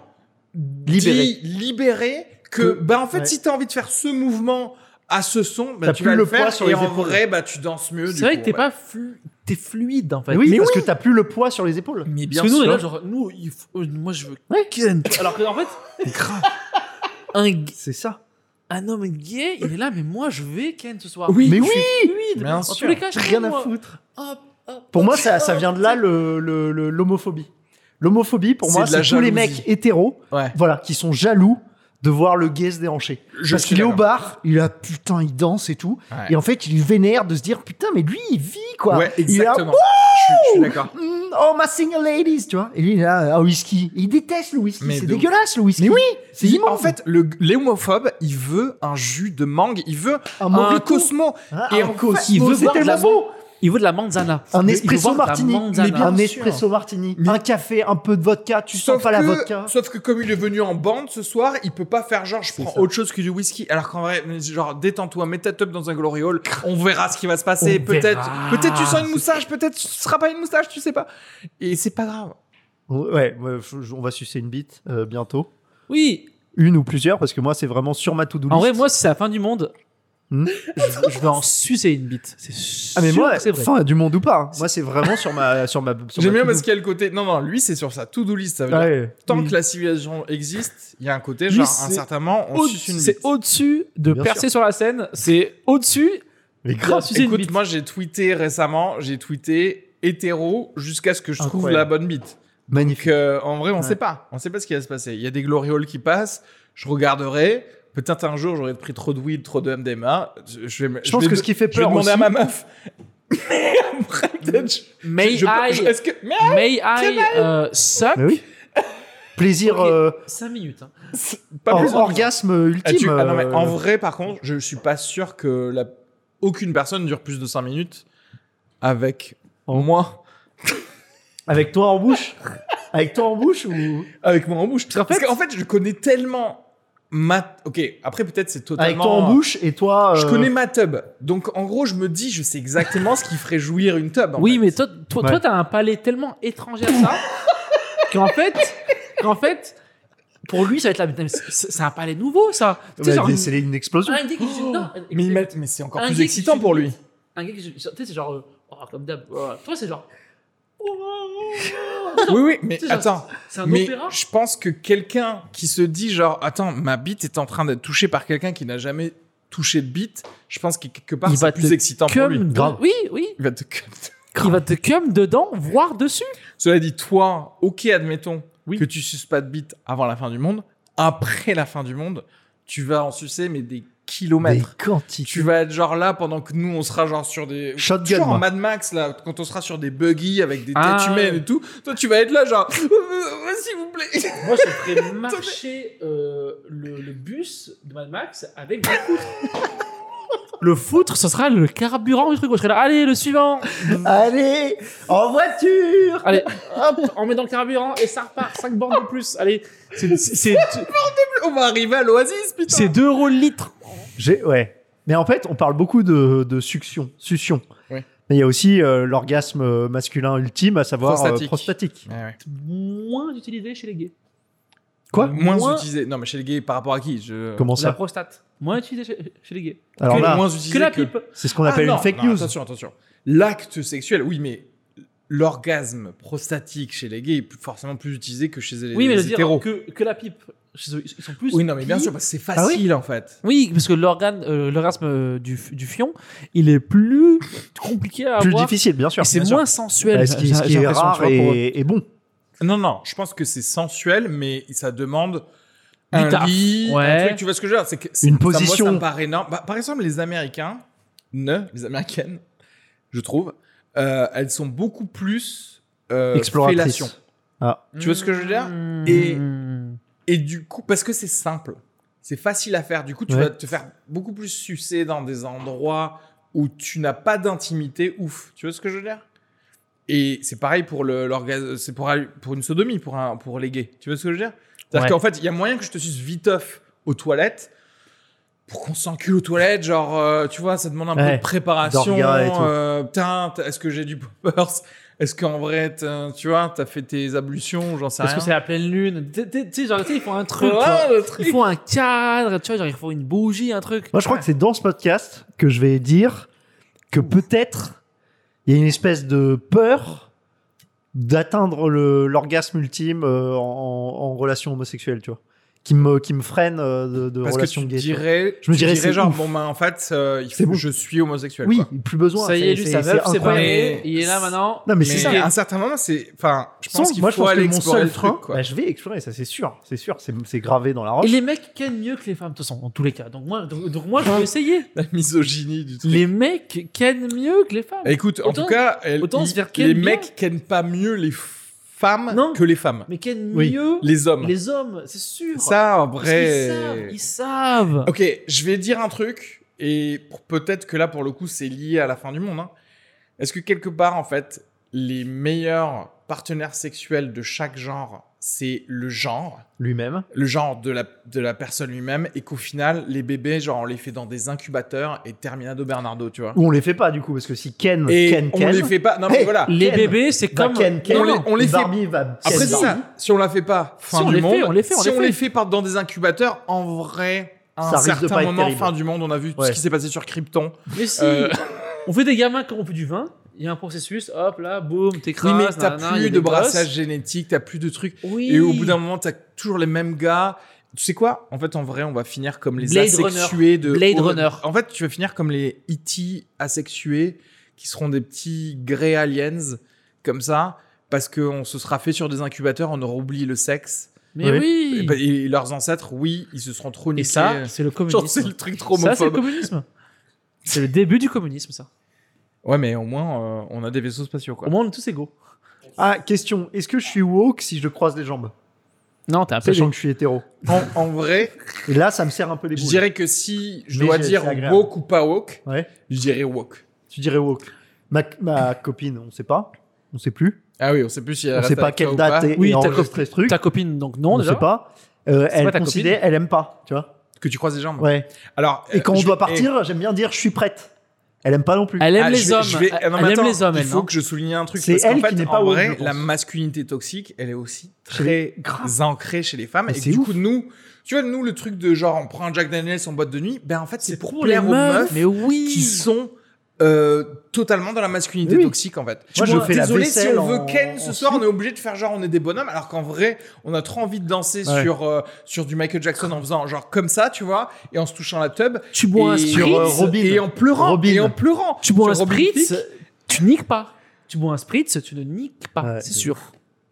S3: Libéré.
S2: dit, libéré que,
S3: Que-
S2: ben en fait,
S3: ouais.
S2: si t'as envie de faire ce mouvement à ce son, ben
S3: T'as
S2: tu
S3: plus
S2: vas le
S3: le poids
S2: faire
S3: sur
S2: et
S3: les
S2: en
S3: épaules.
S2: vrai, bah tu danses mieux.
S1: C'est
S2: du
S1: vrai
S2: coup,
S1: que t'es
S2: ouais.
S1: pas flu- t'es fluide en fait.
S3: Mais oui,
S1: Mais
S3: parce que t'as plus le poids sur les épaules.
S2: Mais bien
S1: Parce que nous, on est
S2: sûr.
S1: là, genre, nous, il faut- euh, moi, je veux Ken. Alors que, en fait, un, g-
S3: C'est ça.
S1: un homme gay, il est là, mais moi, je vais Ken ce soir.
S2: Oui,
S3: mais
S2: je
S3: oui,
S1: Fluide.
S2: Bien
S1: en
S2: sûr.
S1: tous les cas, je
S3: j'ai rien à
S1: moi.
S3: foutre.
S1: Hop, hop,
S3: Pour moi,
S1: hop,
S3: ça, ça
S1: hop.
S3: vient de là le- le- le- l'homophobie. L'homophobie, pour
S2: C'est
S3: moi,
S2: de la
S3: c'est tous les
S2: jalousie.
S3: mecs hétéros
S2: Ouais.
S3: voilà, qui sont jaloux de voir le gay se déhancher.
S2: Je
S3: Parce
S2: suis
S3: qu'il est au
S2: d'accord.
S3: bar, il a putain, il danse et tout.
S2: Ouais.
S3: Et en fait, il vénère de se dire putain, mais lui, il vit quoi.
S2: Ouais,
S3: il est là,
S2: exactement. Je suis- je suis d'accord.
S3: Mm, oh, my single ladies, tu vois. Et lui, il a un ah, whisky. Il déteste le whisky.
S2: Mais
S3: C'est
S2: de ouf.
S3: dégueulasse le whisky.
S2: Mais oui,
S3: c'est
S2: Il-
S3: immonde.
S2: En fait, le- l'homophobe, il veut un jus de mangue, il veut
S3: un
S2: un,
S3: Morito.
S2: Cosmo.
S3: Hein,
S2: Et
S3: un
S2: en
S3: Cosmo,
S2: fait,
S1: il veut
S3: c'est
S1: boire de la
S3: tellement beau.
S1: Il veut de la manzana.
S3: Un
S1: Il veut boire
S3: espresso
S1: de la
S3: martini.
S1: manzana.
S3: Mais bien un
S2: sûr.
S3: espresso martini. Un café, un peu de vodka. Tu sens pas
S2: que,
S3: la vodka.
S2: sauf que comme il est venu en bande ce soir, il peut pas faire genre je prends
S3: ça.
S2: autre chose que du whisky. Alors qu'en vrai, mais genre détends-toi, mets ta tub dans un glory hole, on verra ce qui va se passer.
S1: On
S2: Peut-être,
S1: verra.
S2: peut-être tu sens une moustache, peut-être tu seras pas une moustache, tu sais pas. Et c'est pas grave.
S3: Ouais, ouais, f- on va sucer une bite euh, bientôt.
S1: Oui.
S3: Une ou plusieurs, parce que moi, c'est vraiment sur ma to-do list.
S1: En vrai, moi, si c'est la fin du monde,
S3: Hmm.
S1: Je, je vais en sucer une bite. C'est
S3: Ah mais
S1: sûr
S3: moi,
S1: que c'est vrai.
S3: fin du monde ou pas. hein. Moi, c'est vraiment sur ma sur ma. sur
S2: J'aime
S3: ma
S2: bien
S3: to-do. Ah,
S2: parce qu'il y a le côté. Non, non, lui, c'est sur sa to-do list. Ça veut dire,
S3: Ouais.
S2: tant
S3: Oui.
S2: que la civilisation existe, il y a un côté,
S1: Lui,
S2: genre,
S1: c'est
S2: incertainement, on
S1: Au-
S2: suce une
S1: C'est
S2: bite.
S1: au-dessus de
S3: Bien
S1: percer sur la scène. C'est au-dessus.
S3: Mais
S1: grave,
S3: grave.
S1: tu sais, une
S2: Écoute,
S1: bite.
S2: moi, j'ai tweeté récemment, j'ai tweeté hétéro jusqu'à ce que je trouve
S3: Incroyable.
S2: la bonne bite.
S3: Magnifique.
S2: Donc, euh, en vrai, on
S3: Ouais.
S2: sait pas. On sait pas ce qui va se passer. Il y a des glorioles qui passent. Je regarderai. Peut-être un jour, j'aurais pris trop de weed, trop de MDMA. Je, euh, je vais, me-
S3: Je pense
S2: vais
S3: que
S2: de-
S3: ce qui fait
S2: Je vais
S3: peur
S2: demander
S3: aussi.
S2: à ma meuf. Mais après, peut-être. je-
S1: May
S2: je-
S1: I,
S2: je- Est-ce que. Mais
S1: may I euh, suck
S3: Mais oui. Plaisir,
S1: Ok.
S3: euh,
S1: 5 minutes. hein.
S2: pas
S3: or-
S2: plus en-
S3: orgasme
S2: Ah,
S3: ultime.
S2: tu- ah non, mais en
S3: euh,
S2: vrai, par contre, je suis pas sûr que la... aucune personne dure plus de 5 minutes avec moi.
S3: Avec toi en bouche. Avec toi en bouche ou
S2: Avec moi en bouche.
S3: Parce qu'en
S2: Parce
S3: fait-
S2: qu'en fait, je connais tellement ma. Ok, après, peut-être c'est totalement.
S3: avec toi en bouche et toi.
S2: Je
S3: euh,
S2: connais ma tub. Donc, en gros, je me dis, je sais exactement ce qui ferait jouir une tub. en
S1: Oui,
S2: fait.
S1: mais toi, toi, toi,
S3: Ouais.
S1: t'as un palais tellement étranger à ça qu'en fait, qu'en fait, pour lui, ça va être la. mais C'est c'est un palais nouveau, ça. Tu sais,
S3: bah,
S1: genre,
S3: des-
S1: une-
S3: C'est une explosion.
S1: un gars qui se- non,
S2: Mais, il
S1: écoutez,
S2: m'a- mais c'est encore
S1: Un
S2: plus
S1: geek
S2: excitant
S1: qui-
S2: pour lui.
S1: un gars qui se- tu sais, c'est genre, euh, oh, comme d'hab. oh. Toi, c'est genre.
S2: Oui, oui, mais
S1: C'est ça.
S2: attends.
S1: C'est un
S2: Mais
S1: opéra.
S2: je pense que quelqu'un qui se dit, genre, attends, ma bite est en train d'être touchée par quelqu'un qui n'a jamais touché de bite, je pense que quelque part,
S1: Il va
S2: c'est
S1: te
S2: plus excitant pour lui.
S1: Cum. dans- Oui, oui.
S2: Il va te cum.
S1: Il va te cum dedans, voire dessus.
S2: Cela dit, toi, ok, admettons
S1: Oui.
S2: que tu suces pas de bite avant la fin du monde. Après la fin du monde, tu vas en sucer, mais des
S3: Des
S2: kilomètres.
S3: quantités.
S2: Tu vas être genre là pendant que nous on sera genre sur des
S3: Shotgun,
S2: genre en
S3: moi.
S2: Mad Max là quand on sera sur des buggy avec des têtes
S1: Ah.
S2: humaines et tout. Toi tu vas être là genre Euh, s'il vous plaît.
S1: Moi, je ferais marcher euh, le, le bus de Mad Max avec du foutre. Le foutre, ce sera le carburant du truc. Moi, Je serais là, allez, le suivant.
S3: Allez, en voiture.
S1: Allez, hop, on met dans le carburant et ça repart. 5 bornes de plus. Allez, c'est- c'est
S2: On va arriver à l'Oasis putain.
S1: c'est 2 euros le litre.
S3: J'ai ouais. Mais en fait, on parle beaucoup de, de succion, succion.
S2: Ouais.
S3: Mais il y a aussi euh, l'orgasme masculin ultime, à savoir euh,
S2: Prostatique.
S3: prostatique.
S2: Eh Ouais, ouais.
S1: Moins utilisé chez les gays.
S3: Quoi
S2: Moins,
S1: Moins-
S2: utilisé. Non mais chez les gays par rapport à qui je...
S3: Comment
S1: La
S3: ça
S1: prostate. Moins utilisé chez, chez les gays.
S3: Alors
S2: Que-
S3: là,
S2: moins utilisé
S1: Que la pipe.
S3: c'est ce qu'on appelle
S2: Ah,
S3: une
S2: non,
S3: fake
S2: non,
S3: news.
S2: Attention attention. L'acte sexuel oui mais l'orgasme prostatique chez les gays est plus- forcément plus utilisé que chez les,
S1: Oui, mais je
S2: les
S1: veux dire
S2: hétéros.
S1: que, que la pipe. Chez eux, Ils sont plus.
S2: Oui non mais bien
S1: plis.
S2: sûr parce que c'est
S3: Bah
S2: facile en fait.
S1: Oui, parce que l'organe, euh, l'orgasme euh, du, du fion, il est plus compliqué à
S3: Plus
S1: avoir.
S3: difficile, bien sûr.
S1: Et c'est
S3: Bien
S1: moins
S3: sûr.
S1: sensuel.
S3: Euh, ce qui, ce
S1: j'ai-
S3: qui
S1: j'ai
S3: est
S1: l'impression,
S3: rare
S1: tu vois, pour-
S3: et, et bon.
S2: Non, non, je pense que c'est sensuel, mais ça demande
S1: Du
S2: un
S1: taf.
S2: lit,
S1: Ouais.
S2: un truc, tu vois ce que je veux dire c'est que c'est-
S3: Une
S2: ça, moi, ça
S3: position.
S2: me paraît énorme. Bah, par exemple, les Américains, ne, les Américaines, je trouve, euh, elles sont beaucoup plus euh,
S3: Exploratrice.
S2: fellation.
S3: Ah.
S2: Tu vois ce que je veux dire
S1: Hmm.
S2: Et- Et du coup, parce que c'est simple, c'est facile à faire. Du coup, tu
S3: Ouais.
S2: vas te faire beaucoup plus sucer dans des endroits où tu n'as pas d'intimité. Ouf, tu vois ce que je veux dire Et c'est pareil pour le- l'orgasme, c'est pour, pour une sodomie, pour, un, pour les gays. Tu vois ce que je veux dire C'est-à-dire
S1: Ouais.
S2: qu'en fait, il y a moyen que je te suce viteuf aux toilettes pour qu'on s'encule aux toilettes. Genre, euh, tu vois, ça demande un peu
S3: Ouais.
S2: de préparation.
S3: D'orgas et tout.
S2: euh, putain, t'as- est-ce que j'ai du poppers Est-ce qu'en vrai, t'as- tu vois, t'as fait tes ablutions J'en sais
S1: Parce
S2: rien.
S1: que c'est la pleine lune. Tu tu- tu sais, genre, tu sais, ils font un truc.
S2: Ouais,
S1: quoi.
S2: le truc.
S1: Ils font un cadre, tu vois, genre, ils font une bougie, un truc.
S3: Moi, je crois que c'est dans ce podcast que je vais dire que peut-être il y a une espèce de peur d'atteindre le- l'orgasme ultime euh, en, en relation homosexuelle, tu vois, qui me qui me freine euh, de, de
S2: Parce que
S3: relation
S2: tu
S3: gay. tu vois.
S2: dirais,
S3: Je me
S2: tu
S3: dirais, c'est
S2: genre,
S3: ouf.
S2: bon, ben, en fait, euh, il
S3: C'est
S2: faut,
S3: bon.
S2: je suis homosexuel.
S3: Oui,
S2: quoi.
S3: plus besoin.
S1: Ça y est, lui,
S3: c'est-
S1: sa
S3: c'est
S1: meuf, c'est pas
S3: incroyable.
S2: incroyable.
S1: Il est là maintenant.
S3: Non, mais
S2: Mais
S3: c'est ça.
S2: à un certain moment, c'est. Enfin, je pense
S3: Sans-
S2: qu'il
S3: moi,
S2: faut
S3: je pense
S2: aller
S3: que mon
S2: explorer
S3: seul
S2: le
S3: frein,
S2: truc, quoi.
S3: bah, je vais explorer, ça c'est sûr, c'est sûr, c'est c'est gravé dans la
S1: Et
S3: roche.
S1: les mecs kennent mieux que les femmes, de toute façon, dans tous les cas. Donc moi, donc, donc moi je vais essayer.
S2: La misogynie du truc. Eh,
S1: Les mecs kennent mieux que les femmes.
S2: Écoute, en
S1: Autant-
S2: tout cas, elle-
S1: autant se
S2: il-
S1: faire ken
S2: les
S1: bien.
S2: mecs kennent pas mieux les f- femmes
S1: Non.
S2: que les femmes.
S1: Mais kennent
S3: Oui.
S1: mieux
S2: Les hommes.
S1: les hommes, c'est sûr.
S2: Ça, en
S1: Parce qu'ils savent,
S2: vrai.
S1: Ils savent.
S2: Ok, je vais dire un truc, et pour- peut-être que là, pour le coup, c'est lié à la fin du monde. hein. Est-ce que quelque part, en fait, les meilleurs partenaires sexuels de chaque genre, c'est le genre
S3: Lui-même.
S2: le genre de la, de la personne lui-même et qu'au final, les bébés, genre, on les fait dans des incubateurs et Terminado Bernardo, tu vois.
S3: Ou on les fait pas du coup, parce que si Ken,
S2: Et
S3: Ken,
S2: on
S3: Ken,
S2: les fait pas. Non, mais
S3: Hey,
S2: voilà.
S1: Les
S3: Ken.
S1: bébés, c'est
S3: va
S1: comme.
S3: Ken, Ken,
S2: on les- on les fait-
S3: Barbie va Ken,
S2: Après, c'est
S3: Barbie.
S2: ça. Si on la fait pas, fin
S1: on
S2: du
S1: les
S2: monde.
S1: fait, on les fait, on
S2: si
S1: les
S2: on
S1: fait.
S2: les fait par- dans des incubateurs, en vrai,
S3: ça risque de
S2: certains
S3: pas être
S2: moments,
S3: terrible.
S2: fin du monde, on a vu
S3: Ouais.
S2: ce qui s'est passé sur Krypton.
S1: Mais si
S2: Euh,
S1: On fait des gamins qui ont bu du vin, il y a un processus, hop là, boum,
S2: oui,
S1: t'écrases.
S2: mais t'as
S1: nanana, il y a
S2: plus
S1: des
S2: de
S1: gosses.
S2: brassage génétique, t'as plus de trucs.
S1: Oui.
S2: Et au bout d'un moment, t'as toujours les mêmes gars. Tu sais quoi En fait, en vrai, on va finir comme les
S1: Blade
S2: asexués de
S1: Blade
S2: Hor-
S1: Runner.
S2: En fait, tu vas finir comme les E.T. asexués qui seront des petits grey aliens comme ça parce qu'on se sera fait sur des incubateurs, on aura oublié le sexe.
S1: Mais
S3: Oui.
S1: oui.
S2: Et, bah, et leurs ancêtres, oui, ils se seront trop
S1: Et
S2: niqués.
S1: ça, c'est le
S2: Genre, c'est
S1: communisme.
S2: le truc trop
S1: Ça, c'est le
S2: homophobe.
S1: communisme. C'est le début du communisme, ça.
S2: Ouais, mais au moins, euh, on a des vaisseaux spatiaux, quoi.
S1: Au moins, on est tous égaux.
S3: Ah, question. Est-ce que je suis woke si je croise les jambes
S1: Non, t'as un peu.
S3: Sachant que je suis hétéro.
S2: En, en vrai,
S3: Et là, ça me sert un peu les
S2: je
S3: boules.
S2: dirais que si je
S3: Mais
S2: dois
S3: j'ai-
S2: dire
S3: c'est agréable.
S2: woke ou pas woke,
S3: Ouais.
S2: je dirais woke.
S3: Tu dirais woke. Ma, ma copine, on sait pas. On sait plus.
S2: Ah oui, on sait plus
S1: Euh,
S2: si elle
S3: on
S2: reste
S3: sait pas
S2: avec toi
S3: quelle
S2: ou
S3: date
S2: pas.
S3: est,
S1: Oui,
S3: est
S1: ta
S3: enregistré ce truc.
S1: Ta copine, donc non,
S3: on
S1: déjà.
S3: sait pas. Euh,
S1: C'est
S3: elle
S1: pas ta Hum.
S3: considère, elle aime pas, tu vois.
S2: que tu croises les jambes.
S3: Ouais.
S2: Alors,
S3: Et quand
S2: euh,
S3: on
S2: je-
S3: doit
S2: eh,
S3: partir, j'aime bien dire je suis prête. Elle aime pas non plus.
S1: Elle aime
S2: ah, je
S1: les
S2: vais-
S1: hommes.
S2: je vais- ah, non, mais
S1: Elle aime
S2: attends,
S1: les hommes,
S2: Il
S1: elle. hein.
S2: faut
S1: non
S2: que je souligne un truc.
S3: C'est
S2: parce qu'en
S3: elle
S2: fait,
S3: qui n'est pas
S2: en
S3: woke,
S2: vrai,
S3: je
S2: la
S3: pense.
S2: masculinité toxique, elle est aussi
S3: Chez
S2: très
S3: les- grave.
S2: ancrée chez les femmes.
S3: Mais
S2: et
S3: c'est
S2: du
S3: ouf.
S2: coup, nous, tu vois, nous, le truc de genre, on prend un Jack Daniels en boîte de nuit, ben en fait, c'est pour
S1: les
S2: plaire aux meufs
S1: Mais oui.
S2: qui sont euh, totalement dans la masculinité
S3: Oui.
S2: toxique, en fait.
S3: Moi, je fais la
S2: désolé, si
S3: vaisselle
S2: on veut
S3: en-
S2: Ken
S3: en
S2: ce soir, on est obligé de faire genre, on est des bonhommes, alors qu'en vrai, on a trop envie de danser
S3: Ouais.
S2: sur, euh, sur du Michael Jackson en faisant genre comme ça, tu vois, et en se touchant la tub.
S1: Tu bois un
S2: Et-
S1: spritz.
S3: Sur, euh, Robin.
S2: Et en pleurant.
S3: Robin.
S2: Et en pleurant.
S1: Tu bois un
S2: Sur Robin
S1: spritz,
S2: Thicke.
S1: tu niques pas. Tu bois un spritz, tu ne niques pas.
S3: Ouais.
S1: c'est sûr.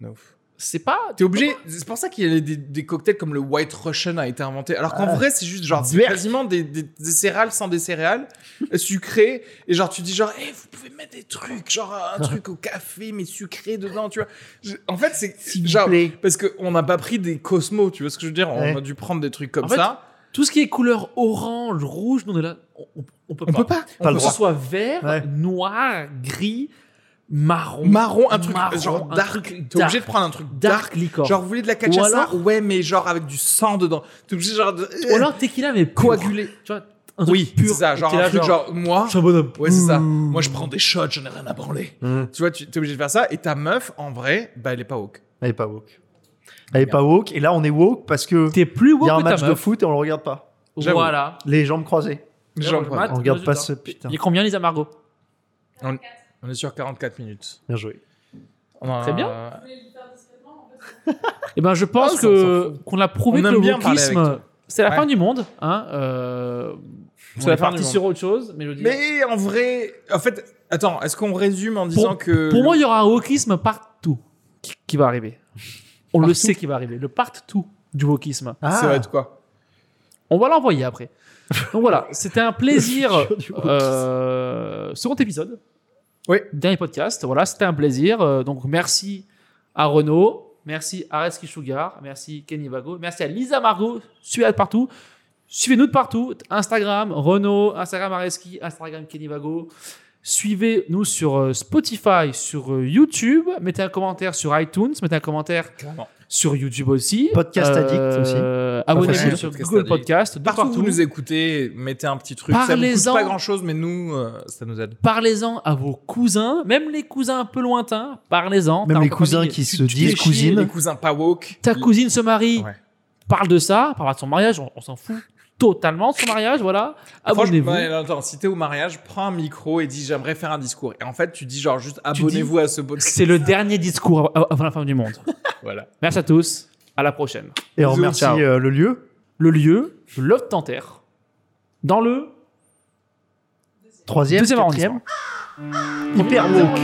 S2: No.
S1: C'est pas.
S2: T'es obligé. C'est pour ça qu'il y a des, des cocktails comme le White Russian a été inventé. Alors qu'en
S3: Ah.
S2: vrai, c'est juste genre c'est
S3: Zwerk.
S2: quasiment des, des, des céréales sans des céréales euh, sucrées. Et genre tu dis genre, Eh, vous pouvez mettre des trucs, genre un truc au café mais sucré dedans, tu vois. Je- en fait, c'est
S3: S'il vous
S2: genre
S3: plaît.
S2: parce qu'on n'a pas pris des Cosmos, tu vois ce que je veux dire On
S3: Ouais.
S2: a dû prendre des trucs comme
S1: En fait,
S2: ça.
S1: Tout ce qui est couleur orange, rouge, nous on est là. On, on- on peut
S2: On
S1: pas.
S2: peut pas.
S3: Pas
S2: On
S3: le
S1: que
S2: peut
S1: ce
S3: droit.
S1: soit vert,
S3: Ouais.
S1: noir, gris, marron.
S2: Marron, un truc
S1: marron,
S2: genre
S1: un
S2: dark.
S1: truc
S2: T'es obligé de
S1: dark.
S2: prendre un truc dark
S1: dark liquor.
S2: Genre, vous voulez de la cachaça
S1: Ou alors-
S2: Ouais, mais genre avec du sang dedans. T'es obligé, genre, de.
S1: Ou alors tequila mais pur.
S2: Coagulé.
S1: Tu vois, un truc
S2: Oui,
S1: pur.
S2: c'est ça. Genre,
S1: T'es là,
S2: un truc genre, moi.
S1: Je suis un bonhomme.
S2: Ouais, c'est ça.
S1: Ouh.
S3: Mmh.
S2: Moi, je prends des shots, j'en ai rien à branler.
S3: Hum.
S2: Tu vois, tu t'es obligé de faire ça. Et ta meuf, en vrai, bah, elle est pas woke.
S3: Elle est pas woke. Elle est pas woke. Et là, on est woke parce que
S1: T'es plus
S3: il
S1: woke
S3: y a un
S1: que ta
S3: match de
S1: meuf.
S3: foot et on le regarde pas.
S2: J'avoue.
S1: Voilà.
S3: Les jambes croisées.
S2: Genre,
S1: le
S2: ouais.
S1: mat,
S3: On regarde pas
S1: résultat.
S3: ce- putain.
S1: Il y a combien, Lisa Margot
S2: on est sur 44 minutes.
S3: Bien joué.
S2: On a-
S1: Très bien. Eh ben, je pense
S2: Ah, ça, on
S1: que qu'on l'a prouvé
S2: On
S1: que
S2: aime
S1: le
S2: bien parler avec
S1: wokisme, c'est la
S2: Ouais.
S1: fin du monde. Hein, euh,
S2: C'est
S1: on
S2: la
S1: est
S2: fin
S1: parti
S2: du monde.
S1: sur autre chose, mais je dis.
S2: Mais en vrai, en fait, attends, est-ce qu'on résume en disant que.
S1: Pour moi, il y aura un wokisme partout qui, qui va arriver. On le
S2: Partout
S1: sait qui va arriver. Le partout du wokisme.
S3: Ah,
S2: ça va être quoi
S1: On va l'envoyer après. Donc voilà, c'était un plaisir.
S3: Le futur du wokisme.
S1: euh, second épisode.
S2: Oui.
S1: Dernier podcast. Voilà, c'était un plaisir. Euh, Donc merci à Renaud, merci à Reski Sugar, merci Kenny Vago, merci à Lisa Margot, suivez partout. Suivez-nous de partout. Instagram, Renault, Instagram Areski, Instagram Kenny Vago. Suivez-nous sur euh, Spotify, sur euh, YouTube. Mettez un commentaire sur iTunes. Mettez un commentaire
S2: Clairement.
S1: sur YouTube aussi. Euh, Ah
S3: Podcast Addict aussi.
S1: Abonnez-vous
S2: Ouais,
S1: sur
S2: Podcast
S1: Google
S2: Addict.
S1: Podcast. de
S2: Partout, où
S1: partout.
S2: vous nous écoutez, mettez un petit truc. Ça ne coûte
S1: Parlez-en.
S2: pas grand-chose, mais nous, euh, ça nous aide.
S1: Parlez-en à vos cousins, même les cousins un peu lointains. Parlez-en.
S3: Même
S1: T'as
S3: les
S1: encore
S3: cousins
S1: famille.
S3: qui
S2: Tu-
S3: se
S2: tu fais
S3: disent
S2: chier Les
S3: cousines.
S2: cousins pas woke.
S1: Ta cousine se marie.
S2: Ouais.
S1: Parle de ça. Parle de son mariage. On, on s'en fout totalement de son mariage. Voilà.
S2: Franchement,
S1: Abonnez-vous.
S2: ouais, attends, si t'es au mariage, prends un micro et dis j'aimerais faire un discours. Et en fait, tu dis genre juste abonnez-vous à ce podcast.
S1: C'est le dernier discours av- avant la fin du monde.
S2: Voilà.
S1: Merci à tous. À la prochaine.
S3: Et on
S2: Bisous,
S3: remercie
S2: ciao.
S3: euh, le lieu.
S1: Le lieu, l'Oft Terre. Dans le
S3: Troisième,
S1: Deuxième
S3: quatrième.
S1: arrondissement.
S3: Hyper woke.